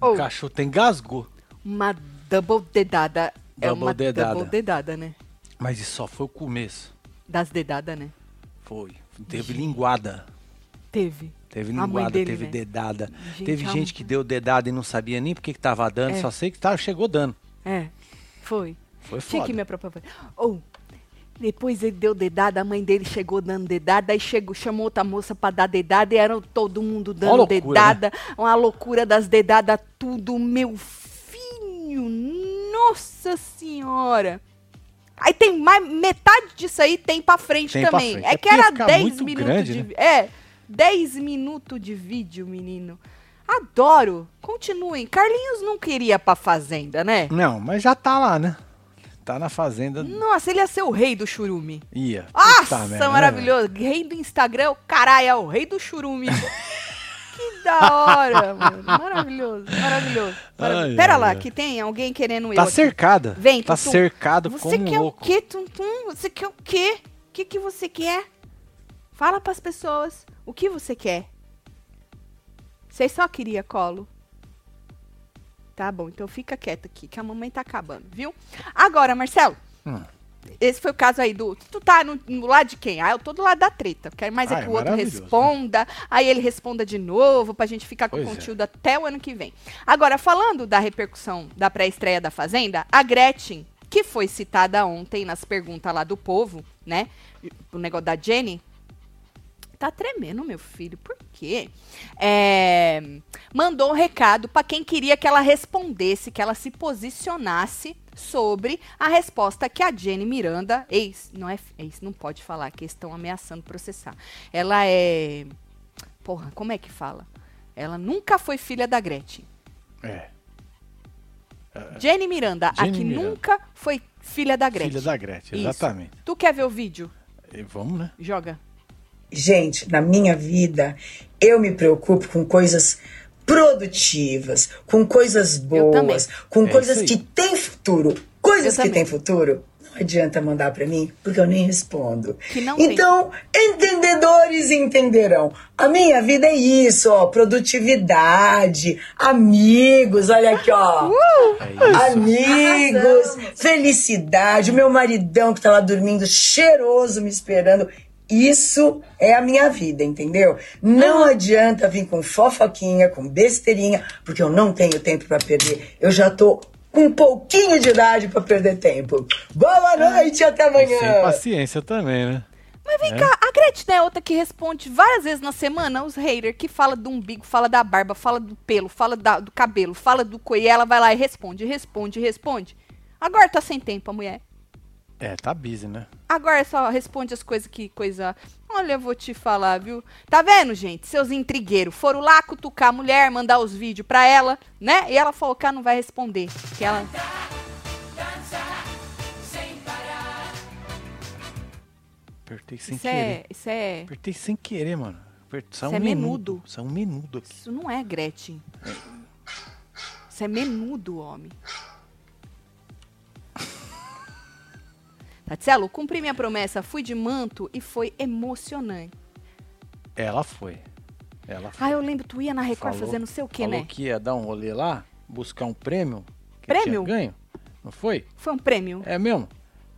[SPEAKER 1] Oh.
[SPEAKER 2] O cachorro tem engasgou.
[SPEAKER 1] Uma double dedada. é
[SPEAKER 2] Double
[SPEAKER 1] uma
[SPEAKER 2] dedada.
[SPEAKER 1] double dedada, né?
[SPEAKER 2] Mas isso só foi o começo.
[SPEAKER 1] Das dedadas, né?
[SPEAKER 2] Foi. Teve linguada.
[SPEAKER 1] Teve.
[SPEAKER 2] Teve
[SPEAKER 1] A mãe
[SPEAKER 2] linguada,
[SPEAKER 1] dele,
[SPEAKER 2] teve
[SPEAKER 1] né?
[SPEAKER 2] dedada.
[SPEAKER 1] Gente,
[SPEAKER 2] teve
[SPEAKER 1] a
[SPEAKER 2] gente
[SPEAKER 1] mãe-
[SPEAKER 2] que deu dedada e não sabia nem porque que tava dando,
[SPEAKER 1] É.
[SPEAKER 2] só sei que tava, chegou dando.
[SPEAKER 1] É, foi.
[SPEAKER 2] Foi
[SPEAKER 1] Tinha que
[SPEAKER 2] foda.
[SPEAKER 1] me apropriar. Ou, depois ele deu dedada, a mãe dele chegou dando dedada, aí chegou, chamou outra moça pra dar dedada, e era todo mundo dando
[SPEAKER 2] Uma loucura, né?
[SPEAKER 1] dedada, uma loucura das dedadas, tudo, meu filho, nossa senhora. Aí tem mais, metade disso aí tem pra frente
[SPEAKER 2] Tem pra
[SPEAKER 1] também.
[SPEAKER 2] frente.
[SPEAKER 1] É
[SPEAKER 2] É
[SPEAKER 1] que era
[SPEAKER 2] porque fica
[SPEAKER 1] 10
[SPEAKER 2] muito
[SPEAKER 1] minutos
[SPEAKER 2] grande,
[SPEAKER 1] de...
[SPEAKER 2] né?
[SPEAKER 1] É, 10 minutos de vídeo, menino. Adoro. Continuem. Carlinhos não queria pra fazenda, né?
[SPEAKER 2] Não, mas já tá lá, né? Tá na fazenda.
[SPEAKER 1] Nossa, ele ia ser o rei do churume.
[SPEAKER 2] Ia. Puta
[SPEAKER 1] Nossa,
[SPEAKER 2] merda, né,
[SPEAKER 1] maravilhoso. Rei do Instagram, é o caralho, é o rei do
[SPEAKER 2] [LAUGHS]
[SPEAKER 1] churume. que da hora, mano. Maravilhoso, maravilhoso. maravilhoso.
[SPEAKER 2] Ai,
[SPEAKER 1] Pera
[SPEAKER 2] ai,
[SPEAKER 1] lá,
[SPEAKER 2] ai.
[SPEAKER 1] que tem alguém querendo
[SPEAKER 2] velho?
[SPEAKER 1] eu
[SPEAKER 2] Tá
[SPEAKER 1] aqui.
[SPEAKER 2] cercada.
[SPEAKER 1] Vem,
[SPEAKER 2] Tá
[SPEAKER 1] Tutu.
[SPEAKER 2] cercado
[SPEAKER 1] Você
[SPEAKER 2] como um
[SPEAKER 1] quer
[SPEAKER 2] louco.
[SPEAKER 1] o quê, Tuntum? Você quer o quê? O que, que você quer? Fala pras pessoas. O que você quer? Você só queria colo? Tá bom, então fica quieto aqui, que a mamãe tá acabando, viu? Agora, Marcelo.
[SPEAKER 2] Hum.
[SPEAKER 1] Esse foi o caso aí do. Tu tá no, no lado de quem? Ah, eu tô do lado da treta. Quero mais
[SPEAKER 2] Ah,
[SPEAKER 1] é
[SPEAKER 2] é
[SPEAKER 1] que o outro
[SPEAKER 2] maravilhoso, né?
[SPEAKER 1] responda. Aí ele responda de novo pra gente ficar com o
[SPEAKER 2] Pois é.
[SPEAKER 1] conteúdo até o ano que vem. Agora, falando da repercussão da pré-estreia da Fazenda, a Gretchen, que foi citada ontem nas perguntas lá do povo, né? O negócio da Jenny. Tá tremendo, meu filho. Por quê? É, mandou um recado pra quem queria que ela respondesse, que ela se posicionasse sobre a resposta que a Jenny Miranda, ex, não é, ex, não pode falar, que estão ameaçando processar. Ela é, porra, como é que fala? Ela nunca foi filha da Gretchen.
[SPEAKER 2] É,
[SPEAKER 1] Jenny Miranda, a
[SPEAKER 2] Jenny
[SPEAKER 1] que
[SPEAKER 2] Miranda.
[SPEAKER 1] nunca foi filha da Gretchen.
[SPEAKER 2] filha da Gretchen,
[SPEAKER 1] Isso.
[SPEAKER 2] exatamente.
[SPEAKER 1] Tu quer ver o vídeo?
[SPEAKER 2] E vamos, né?
[SPEAKER 1] Joga.
[SPEAKER 4] Gente, na minha vida, eu me preocupo com coisas produtivas, com coisas
[SPEAKER 1] Eu também.
[SPEAKER 4] boas, com
[SPEAKER 2] É
[SPEAKER 4] coisas
[SPEAKER 2] isso aí.
[SPEAKER 4] que têm futuro. Com Coisas
[SPEAKER 1] Eu
[SPEAKER 4] que
[SPEAKER 1] também.
[SPEAKER 4] têm futuro, não adianta mandar pra mim, porque eu nem respondo.
[SPEAKER 1] Que não tem.
[SPEAKER 4] então, entendedores entenderão. A minha vida é isso, ó, produtividade, amigos, olha aqui,
[SPEAKER 1] [LAUGHS]
[SPEAKER 4] ó.
[SPEAKER 1] Uh!
[SPEAKER 2] É isso.
[SPEAKER 4] Amigos, felicidade, o meu maridão que tá lá dormindo, cheiroso, me esperando. Isso é a minha vida, entendeu? Não adianta vir com fofoquinha, com besteirinha, porque eu não tenho tempo pra perder. Eu já tô com um pouquinho de idade pra perder tempo. Boa noite, até
[SPEAKER 2] Sem
[SPEAKER 4] amanhã.
[SPEAKER 2] paciência também, né?
[SPEAKER 1] Mas vem
[SPEAKER 2] É.
[SPEAKER 1] cá, a Gretchen é outra que responde várias vezes na semana os haters que fala do umbigo, fala da barba, fala do pelo, fala da- do cabelo, fala do coi, e ela vai lá e responde, responde, responde. Agora tá sem tempo a mulher.
[SPEAKER 2] É, tá busy, né?
[SPEAKER 1] Agora só responde as coisas que coisa. Olha, eu vou te falar, viu? Tá vendo, gente? Seus intrigueiros foram lá cutucar a mulher, mandar os vídeos pra ela, né? E ela falou que ela não vai responder. Que ela.
[SPEAKER 2] Apertei sem
[SPEAKER 1] Isso
[SPEAKER 2] querer.
[SPEAKER 1] é, isso é.
[SPEAKER 2] Apertei sem querer, mano. Apertei, só
[SPEAKER 1] Isso
[SPEAKER 2] um
[SPEAKER 1] é
[SPEAKER 2] menudo.
[SPEAKER 1] menudo.
[SPEAKER 2] Só um menudo aqui.
[SPEAKER 1] Isso não é Gretchen. Isso é menudo, homem. Tatielo, cumpri minha promessa, fui de manto e foi emocionante.
[SPEAKER 2] Ela foi. Ela foi.
[SPEAKER 1] Ah, eu lembro, tu ia na Record
[SPEAKER 2] Falou-
[SPEAKER 1] fazer não sei o que,
[SPEAKER 2] Falou
[SPEAKER 1] né?
[SPEAKER 2] que ia dar um rolê lá, buscar um prêmio. Que
[SPEAKER 1] Prêmio?
[SPEAKER 2] Tinha ganho. Não foi?
[SPEAKER 1] Foi um prêmio?
[SPEAKER 2] É mesmo?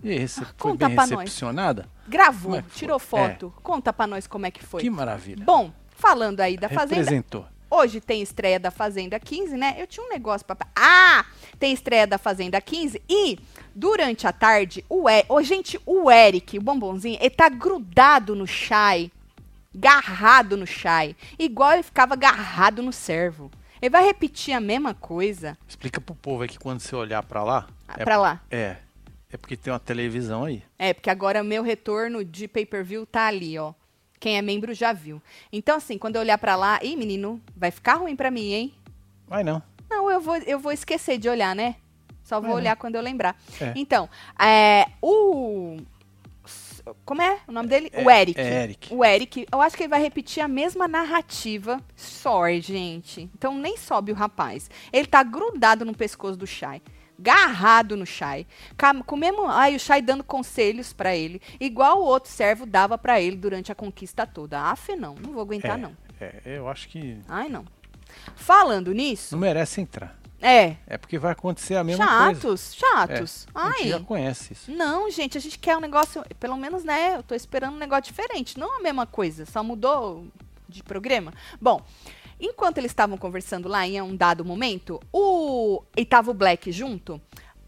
[SPEAKER 2] E aí, você foi
[SPEAKER 1] Ah, conta
[SPEAKER 2] bem
[SPEAKER 1] pra nós.
[SPEAKER 2] recepcionada?
[SPEAKER 1] Gravou,
[SPEAKER 2] Como é que foi?
[SPEAKER 1] tirou foto. Conta pra nós como é que foi. né?
[SPEAKER 2] Que maravilha.
[SPEAKER 1] Bom, falando aí da Fazenda,
[SPEAKER 2] Representou.
[SPEAKER 1] hoje tem estreia da Fazenda 15, né? Eu tinha um negócio pra... Ah! Tem estreia da Fazenda 15 e durante a tarde, o e... Ô, gente, o Eric, o bombonzinho, ele tá grudado no chai, garrado no chai, igual ele ficava garrado no servo. Ele vai repetir a mesma coisa
[SPEAKER 2] Explica pro povo aí que quando você olhar pra lá.
[SPEAKER 1] ah,
[SPEAKER 2] é,
[SPEAKER 1] pra lá.
[SPEAKER 2] É. É porque tem uma televisão aí.
[SPEAKER 1] É, porque agora meu retorno de pay-per-view tá ali, ó. Quem é membro já viu. Então, assim, quando eu olhar pra lá, ih, menino, vai ficar ruim pra mim, hein?
[SPEAKER 2] Vai não.
[SPEAKER 1] Não, eu vou, eu vou esquecer de olhar, né? Só vou
[SPEAKER 2] Vai lá.
[SPEAKER 1] olhar quando eu lembrar.
[SPEAKER 2] É.
[SPEAKER 1] Então, é, o. Como é o nome dele? o Eric.
[SPEAKER 2] é Eric.
[SPEAKER 1] O Eric, eu acho que ele vai repetir a mesma narrativa. Sorry, gente. Então nem sobe o rapaz. Ele tá grudado no pescoço do Shai. Garrado no Shai. Ca- Com o mesmo, aí o Shai dando conselhos pra ele, igual o outro servo dava pra ele durante a conquista toda. Aff, não, não vou aguentar
[SPEAKER 2] É.
[SPEAKER 1] não.
[SPEAKER 2] É, eu acho que
[SPEAKER 1] Ai, não. Falando nisso,
[SPEAKER 2] não merece entrar.
[SPEAKER 1] é,
[SPEAKER 2] É porque vai acontecer a mesma coisa. É,
[SPEAKER 1] chatos, chatos.
[SPEAKER 2] A gente já
[SPEAKER 1] Ai.
[SPEAKER 2] conhece isso.
[SPEAKER 1] Não, gente, a gente quer um negócio, pelo menos, né? Eu tô esperando um negócio diferente, não a mesma coisa, só mudou de programa. Bom, enquanto eles estavam conversando lá em um dado momento, o e tava o Black junto.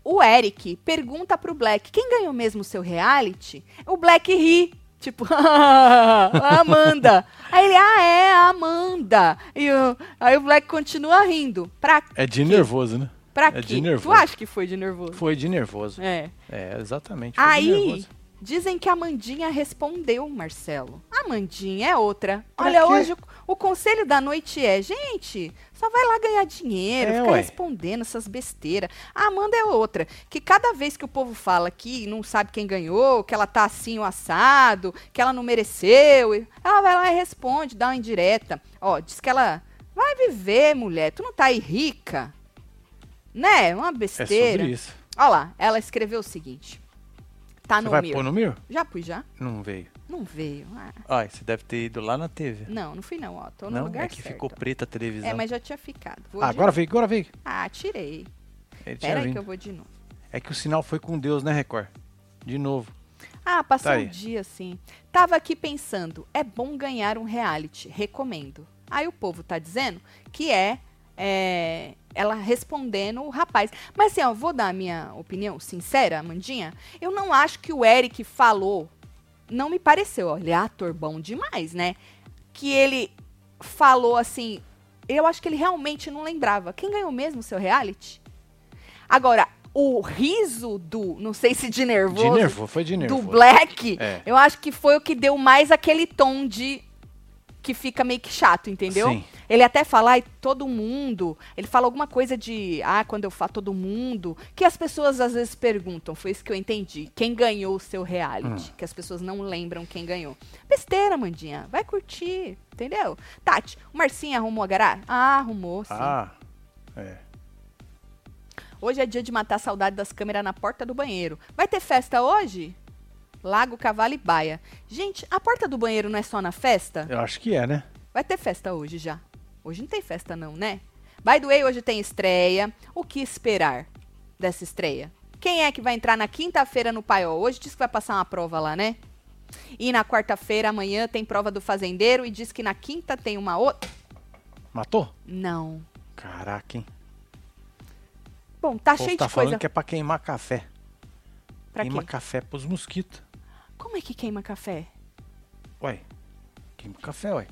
[SPEAKER 1] O Eric pergunta pro Black: "Quem ganhou mesmo o seu reality?" O Black ri. Tipo, [LAUGHS] a Amanda. Aí ele, ah, é, a Amanda. E o- aí o Black continua rindo. Pra,
[SPEAKER 2] É de nervoso, né?
[SPEAKER 1] pra
[SPEAKER 2] de
[SPEAKER 1] quê? Tu
[SPEAKER 2] nervoso.
[SPEAKER 1] acha que foi de nervoso?
[SPEAKER 2] Foi de nervoso.
[SPEAKER 1] É.
[SPEAKER 2] É, exatamente. foi de
[SPEAKER 1] Aí,
[SPEAKER 2] nervoso. É
[SPEAKER 1] dizem que a Mandinha respondeu, Marcelo. A Mandinha é outra.
[SPEAKER 2] Pra
[SPEAKER 1] Olha,
[SPEAKER 2] quê?
[SPEAKER 1] hoje o, o conselho da noite é, gente, só vai lá ganhar dinheiro,
[SPEAKER 2] É,
[SPEAKER 1] fica
[SPEAKER 2] ué.
[SPEAKER 1] respondendo essas besteiras. A Amanda é outra, que cada vez que o povo fala que não sabe quem ganhou, que ela tá assim, o assado, que ela não mereceu, e- ela vai lá e responde, dá uma indireta. Ó, diz que ela vai viver, mulher, tu não tá aí rica? Né? Uma
[SPEAKER 2] É
[SPEAKER 1] besteira.
[SPEAKER 2] sobre isso.
[SPEAKER 1] Olha lá, ela escreveu o seguinte. Tá
[SPEAKER 2] Você
[SPEAKER 1] no
[SPEAKER 2] vai
[SPEAKER 1] meu.
[SPEAKER 2] pôr no miro?
[SPEAKER 1] Já fui, já?
[SPEAKER 2] Não veio.
[SPEAKER 1] Não veio. Ah,
[SPEAKER 2] Ai, você deve ter ido lá na TV.
[SPEAKER 1] não, não fui não, ó. Tô no
[SPEAKER 2] não,
[SPEAKER 1] lugar
[SPEAKER 2] é que
[SPEAKER 1] certo.
[SPEAKER 2] ficou preta a televisão.
[SPEAKER 1] É, mas já tinha ficado. Vou
[SPEAKER 2] Ah,
[SPEAKER 1] de
[SPEAKER 2] agora
[SPEAKER 1] novo.
[SPEAKER 2] veio, agora veio.
[SPEAKER 1] Ah, tirei.
[SPEAKER 2] Ele tinha
[SPEAKER 1] Pera aí
[SPEAKER 2] vindo.
[SPEAKER 1] que eu vou de novo.
[SPEAKER 2] É que o sinal foi com Deus, né, Record? De novo.
[SPEAKER 1] Ah, passou
[SPEAKER 2] Tá
[SPEAKER 1] um
[SPEAKER 2] aí.
[SPEAKER 1] dia assim. Tava aqui pensando, é bom ganhar um reality, recomendo. Aí o povo tá dizendo que é, é, ela respondendo o rapaz. Mas assim, ó, vou dar a minha opinião sincera, Amandinha. Eu não acho que o Eric falou, não me pareceu, ó, ele é ator bom demais, né? Que ele falou assim, eu acho que ele realmente não lembrava. Quem ganhou mesmo o seu reality? Agora, o riso do, não sei se de nervoso,
[SPEAKER 2] De nervo, foi de nervo.
[SPEAKER 1] do Black,
[SPEAKER 2] É.
[SPEAKER 1] eu acho que foi o que deu mais aquele tom de que fica meio que chato, entendeu?
[SPEAKER 2] Sim.
[SPEAKER 1] Ele até fala, ai, todo mundo. Ele fala alguma coisa de, ah, quando eu falo todo mundo, que as pessoas às vezes perguntam, foi isso que eu entendi. Quem ganhou o seu reality?
[SPEAKER 2] Hum.
[SPEAKER 1] Que as pessoas não lembram quem ganhou. Besteira, Mandinha. Vai curtir, entendeu? Ah, Tati, o Marcinho arrumou a garagem? Ah, arrumou, sim.
[SPEAKER 2] Ah, é.
[SPEAKER 1] Hoje é dia de matar a saudade das câmeras na porta do banheiro. Vai ter festa hoje? Lago, Cavalo e Baia. Gente, a porta do banheiro não é só na festa?
[SPEAKER 2] Eu acho que é, né?
[SPEAKER 1] Vai ter festa hoje já. Hoje não tem festa não, né? By the way, hoje tem estreia. O que esperar dessa estreia? Quem é que vai entrar na quinta-feira no Paiol? Hoje diz que vai passar uma prova lá, né? E na quarta-feira, amanhã, tem prova do fazendeiro e diz que na quinta tem uma outra.
[SPEAKER 2] Matou?
[SPEAKER 1] Não.
[SPEAKER 2] Caraca, hein?
[SPEAKER 1] Bom, tá
[SPEAKER 2] O povo
[SPEAKER 1] cheio
[SPEAKER 2] tá
[SPEAKER 1] de
[SPEAKER 2] falando
[SPEAKER 1] coisa.
[SPEAKER 2] que é pra queimar café.
[SPEAKER 1] Pra
[SPEAKER 2] queima
[SPEAKER 1] quê?
[SPEAKER 2] café pros mosquitos.
[SPEAKER 1] Como é que queima café?
[SPEAKER 2] Ué, queima café, ué.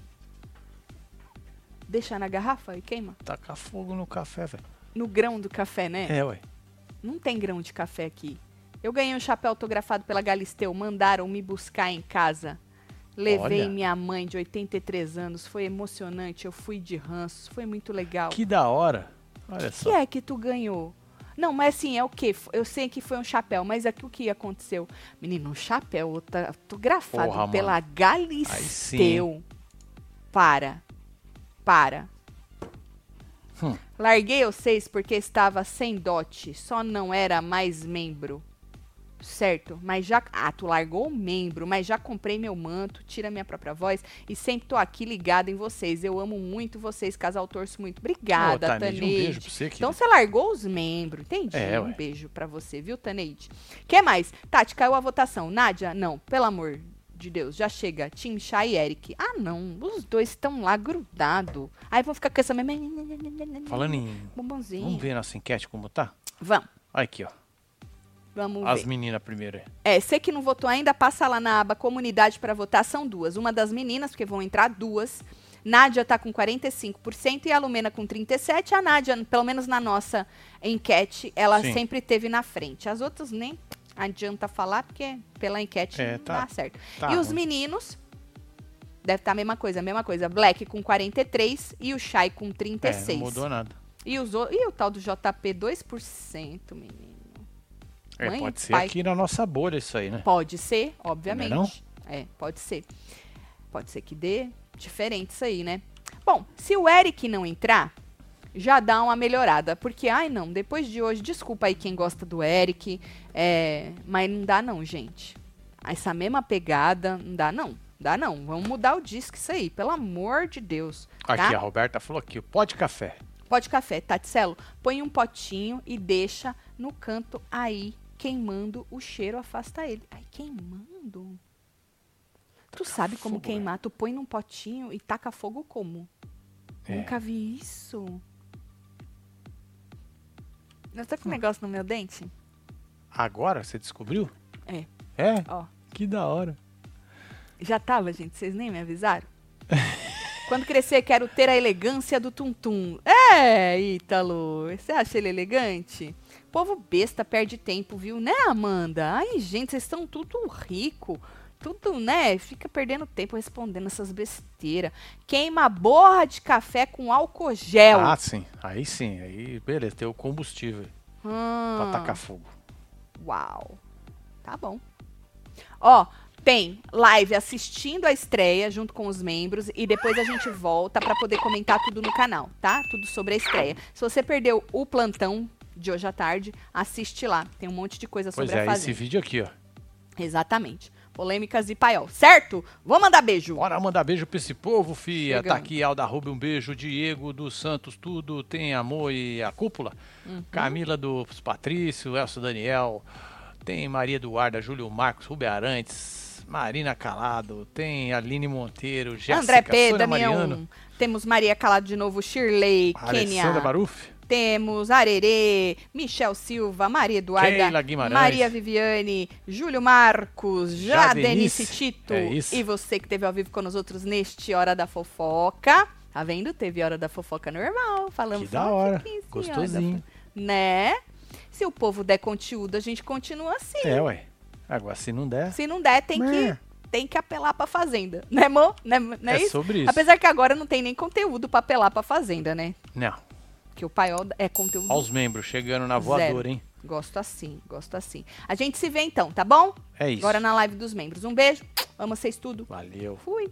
[SPEAKER 1] Deixa na garrafa e queima?
[SPEAKER 2] Taca fogo no café, velho.
[SPEAKER 1] No grão do café, né?
[SPEAKER 2] É, ué.
[SPEAKER 1] Não tem grão de café aqui. Eu ganhei um chapéu autografado pela Galisteu, mandaram me buscar em casa. Levei
[SPEAKER 2] Olha.
[SPEAKER 1] minha mãe de 83 anos, foi emocionante, eu fui de ranço, foi muito legal.
[SPEAKER 2] Que da hora. Olha
[SPEAKER 1] que
[SPEAKER 2] só.
[SPEAKER 1] é que tu ganhou? Não, mas assim, é o quê? F- Eu sei que foi um chapéu, mas aqui o que aconteceu? Menino, um chapéu auto- autografado
[SPEAKER 2] Porra, mano.
[SPEAKER 1] pela
[SPEAKER 2] Aí
[SPEAKER 1] Galisteu.
[SPEAKER 2] sim.
[SPEAKER 1] Para. Para.
[SPEAKER 2] Hum.
[SPEAKER 1] Larguei vocês porque estava sem dote, só não era mais membro. Certo, mas já. Ah, tu largou o membro, mas já comprei meu manto, tira minha própria voz e sempre tô aqui ligada em vocês. Eu amo muito vocês, casal torço muito.
[SPEAKER 2] Ô,
[SPEAKER 1] Obrigada,
[SPEAKER 2] Tanide, Um
[SPEAKER 1] Taneide.
[SPEAKER 2] beijo pra você,
[SPEAKER 1] Então
[SPEAKER 2] querida.
[SPEAKER 1] você largou os membros, entendi.
[SPEAKER 2] É,
[SPEAKER 1] um
[SPEAKER 2] ué.
[SPEAKER 1] beijo pra você, viu, Taneide? que mais? Tati, caiu a votação. Nádia, não, pelo amor de Deus, já chega. Tim, Chá e Eric. Ah, não, os dois estão lá grudados. Aí vão ficar com essa mesma...
[SPEAKER 2] Falando em...
[SPEAKER 1] Bombonzinho.
[SPEAKER 2] Vamos ver nossa enquete como tá?
[SPEAKER 1] Vamos,
[SPEAKER 2] Olha aqui, ó.
[SPEAKER 1] vamos
[SPEAKER 2] As
[SPEAKER 1] ver.
[SPEAKER 2] meninas primeiro aí.
[SPEAKER 1] É, você que não votou ainda, passa lá na aba comunidade pra votar. São duas. Uma das meninas, porque vão entrar duas. Nádia tá com 45% e a Lumena com 37%. A Nádia, pelo menos na nossa enquete, ela
[SPEAKER 2] Sim.
[SPEAKER 1] sempre teve na frente. As outras nem adianta falar, porque pela enquete
[SPEAKER 2] É,
[SPEAKER 1] não
[SPEAKER 2] tá-
[SPEAKER 1] dá certo.
[SPEAKER 2] tá
[SPEAKER 1] e os
[SPEAKER 2] ruim.
[SPEAKER 1] meninos, deve estar a mesma coisa, a mesma coisa. Black com 43% e o Shai com 36%.
[SPEAKER 2] É, não mudou nada.
[SPEAKER 1] e, os, o- e o tal do JP, 2%, menino.
[SPEAKER 2] É,
[SPEAKER 1] Mãe e
[SPEAKER 2] pode ser
[SPEAKER 1] pai.
[SPEAKER 2] aqui na nossa bolha isso aí, né?
[SPEAKER 1] Pode ser, obviamente.
[SPEAKER 2] Não é
[SPEAKER 1] É, pode ser. Pode ser que dê diferente isso aí, né? Bom, se o Eric não entrar, já dá uma melhorada. Porque, ai não, depois de hoje, desculpa aí quem gosta do Eric, é, mas não dá não, gente. Essa mesma pegada, não dá não. Dá não, vamos mudar o disco isso aí, pelo amor de Deus.
[SPEAKER 2] Aqui,
[SPEAKER 1] tá?
[SPEAKER 2] a Roberta falou aqui, o pó de café.
[SPEAKER 1] Pode café, Taticelo, põe um potinho e deixa no canto aí, queimando o cheiro, afasta ele. Ai, queimando? Tu sabe como
[SPEAKER 2] fogo,
[SPEAKER 1] queimar? Tu põe num potinho e taca fogo como?
[SPEAKER 2] É.
[SPEAKER 1] Nunca vi isso. Eu tô com um negócio no meu dente?
[SPEAKER 2] Agora você descobriu?
[SPEAKER 1] É.
[SPEAKER 2] É?
[SPEAKER 1] Ó.
[SPEAKER 2] Que da hora.
[SPEAKER 1] Já tava, gente, vocês nem me avisaram? [LAUGHS] Quando crescer, quero ter a elegância do tuntum. É, Ítalo, você acha ele elegante? Povo besta perde tempo, viu, né, Amanda? Ai, gente, vocês estão tudo rico, tudo, né? Fica perdendo tempo respondendo essas besteiras. Queima a borra de café com álcool gel.
[SPEAKER 2] Ah, sim. Aí sim. Aí, beleza, tem o combustível aí
[SPEAKER 1] Hum.
[SPEAKER 2] pra tacar fogo.
[SPEAKER 1] Uau. Tá bom. Ó, tem live assistindo a estreia junto com os membros e depois a gente volta pra poder comentar tudo no canal, tá? Tudo sobre a estreia. Se você perdeu o plantão de hoje à tarde, assiste lá. Tem um monte de coisa
[SPEAKER 2] Pois
[SPEAKER 1] sobre
[SPEAKER 2] é,
[SPEAKER 1] a
[SPEAKER 2] esse
[SPEAKER 1] fazenda.
[SPEAKER 2] vídeo aqui, ó.
[SPEAKER 1] Exatamente. Polêmicas e paiol, certo? Vou mandar beijo.
[SPEAKER 2] Bora mandar beijo pra esse povo, fia.
[SPEAKER 1] Chegando.
[SPEAKER 2] Tá aqui Alda Rubio, um beijo. Diego dos Santos, tudo. Tem Amor e a Cúpula.
[SPEAKER 1] Uhum.
[SPEAKER 2] Camila dos Patrício, Elcio Daniel. Tem Maria Eduarda, Júlio Marcos, Rubem Arantes, Marina Calado. Tem Aline Monteiro, Jéssica,
[SPEAKER 1] André P,
[SPEAKER 2] Sônia
[SPEAKER 1] Damião.
[SPEAKER 2] Mariano.
[SPEAKER 1] Temos Maria Calado de novo, Shirley,
[SPEAKER 2] Alessandra
[SPEAKER 1] Kenia.
[SPEAKER 2] Baruf.
[SPEAKER 1] Temos Arerê, Michel Silva, Maria Eduarda,
[SPEAKER 2] Keila Guimarães.
[SPEAKER 1] Maria Viviane, Júlio Marcos, Jadenice
[SPEAKER 2] Jadenice.
[SPEAKER 1] Tito.
[SPEAKER 2] É isso.
[SPEAKER 1] E você que esteve ao vivo com nós outros neste Hora da Fofoca. Tá vendo? Teve Hora da Fofoca normal. Falamos
[SPEAKER 2] Que da
[SPEAKER 1] só um
[SPEAKER 2] hora.
[SPEAKER 1] pouquinho, assim,
[SPEAKER 2] Gostosinho.
[SPEAKER 1] Hora da Fo- Né? Se o povo der conteúdo, a gente continua assim.
[SPEAKER 2] É, ué. Agora, se não der,
[SPEAKER 1] Se não der, tem que,
[SPEAKER 2] É.
[SPEAKER 1] tem que apelar pra Fazenda. Né, amor? Né, né
[SPEAKER 2] é
[SPEAKER 1] isso?
[SPEAKER 2] sobre isso.
[SPEAKER 1] Apesar que agora não tem nem conteúdo pra apelar pra Fazenda, né?
[SPEAKER 2] Não.
[SPEAKER 1] Porque o paiol é conteúdo
[SPEAKER 2] Olha os membros chegando na
[SPEAKER 1] Zero.
[SPEAKER 2] voadora, hein?
[SPEAKER 1] Gosto assim, gosto assim. A gente se vê então, tá bom?
[SPEAKER 2] É isso.
[SPEAKER 1] Agora na live dos membros. Um beijo, amo vocês tudo.
[SPEAKER 2] Valeu.
[SPEAKER 1] Fui.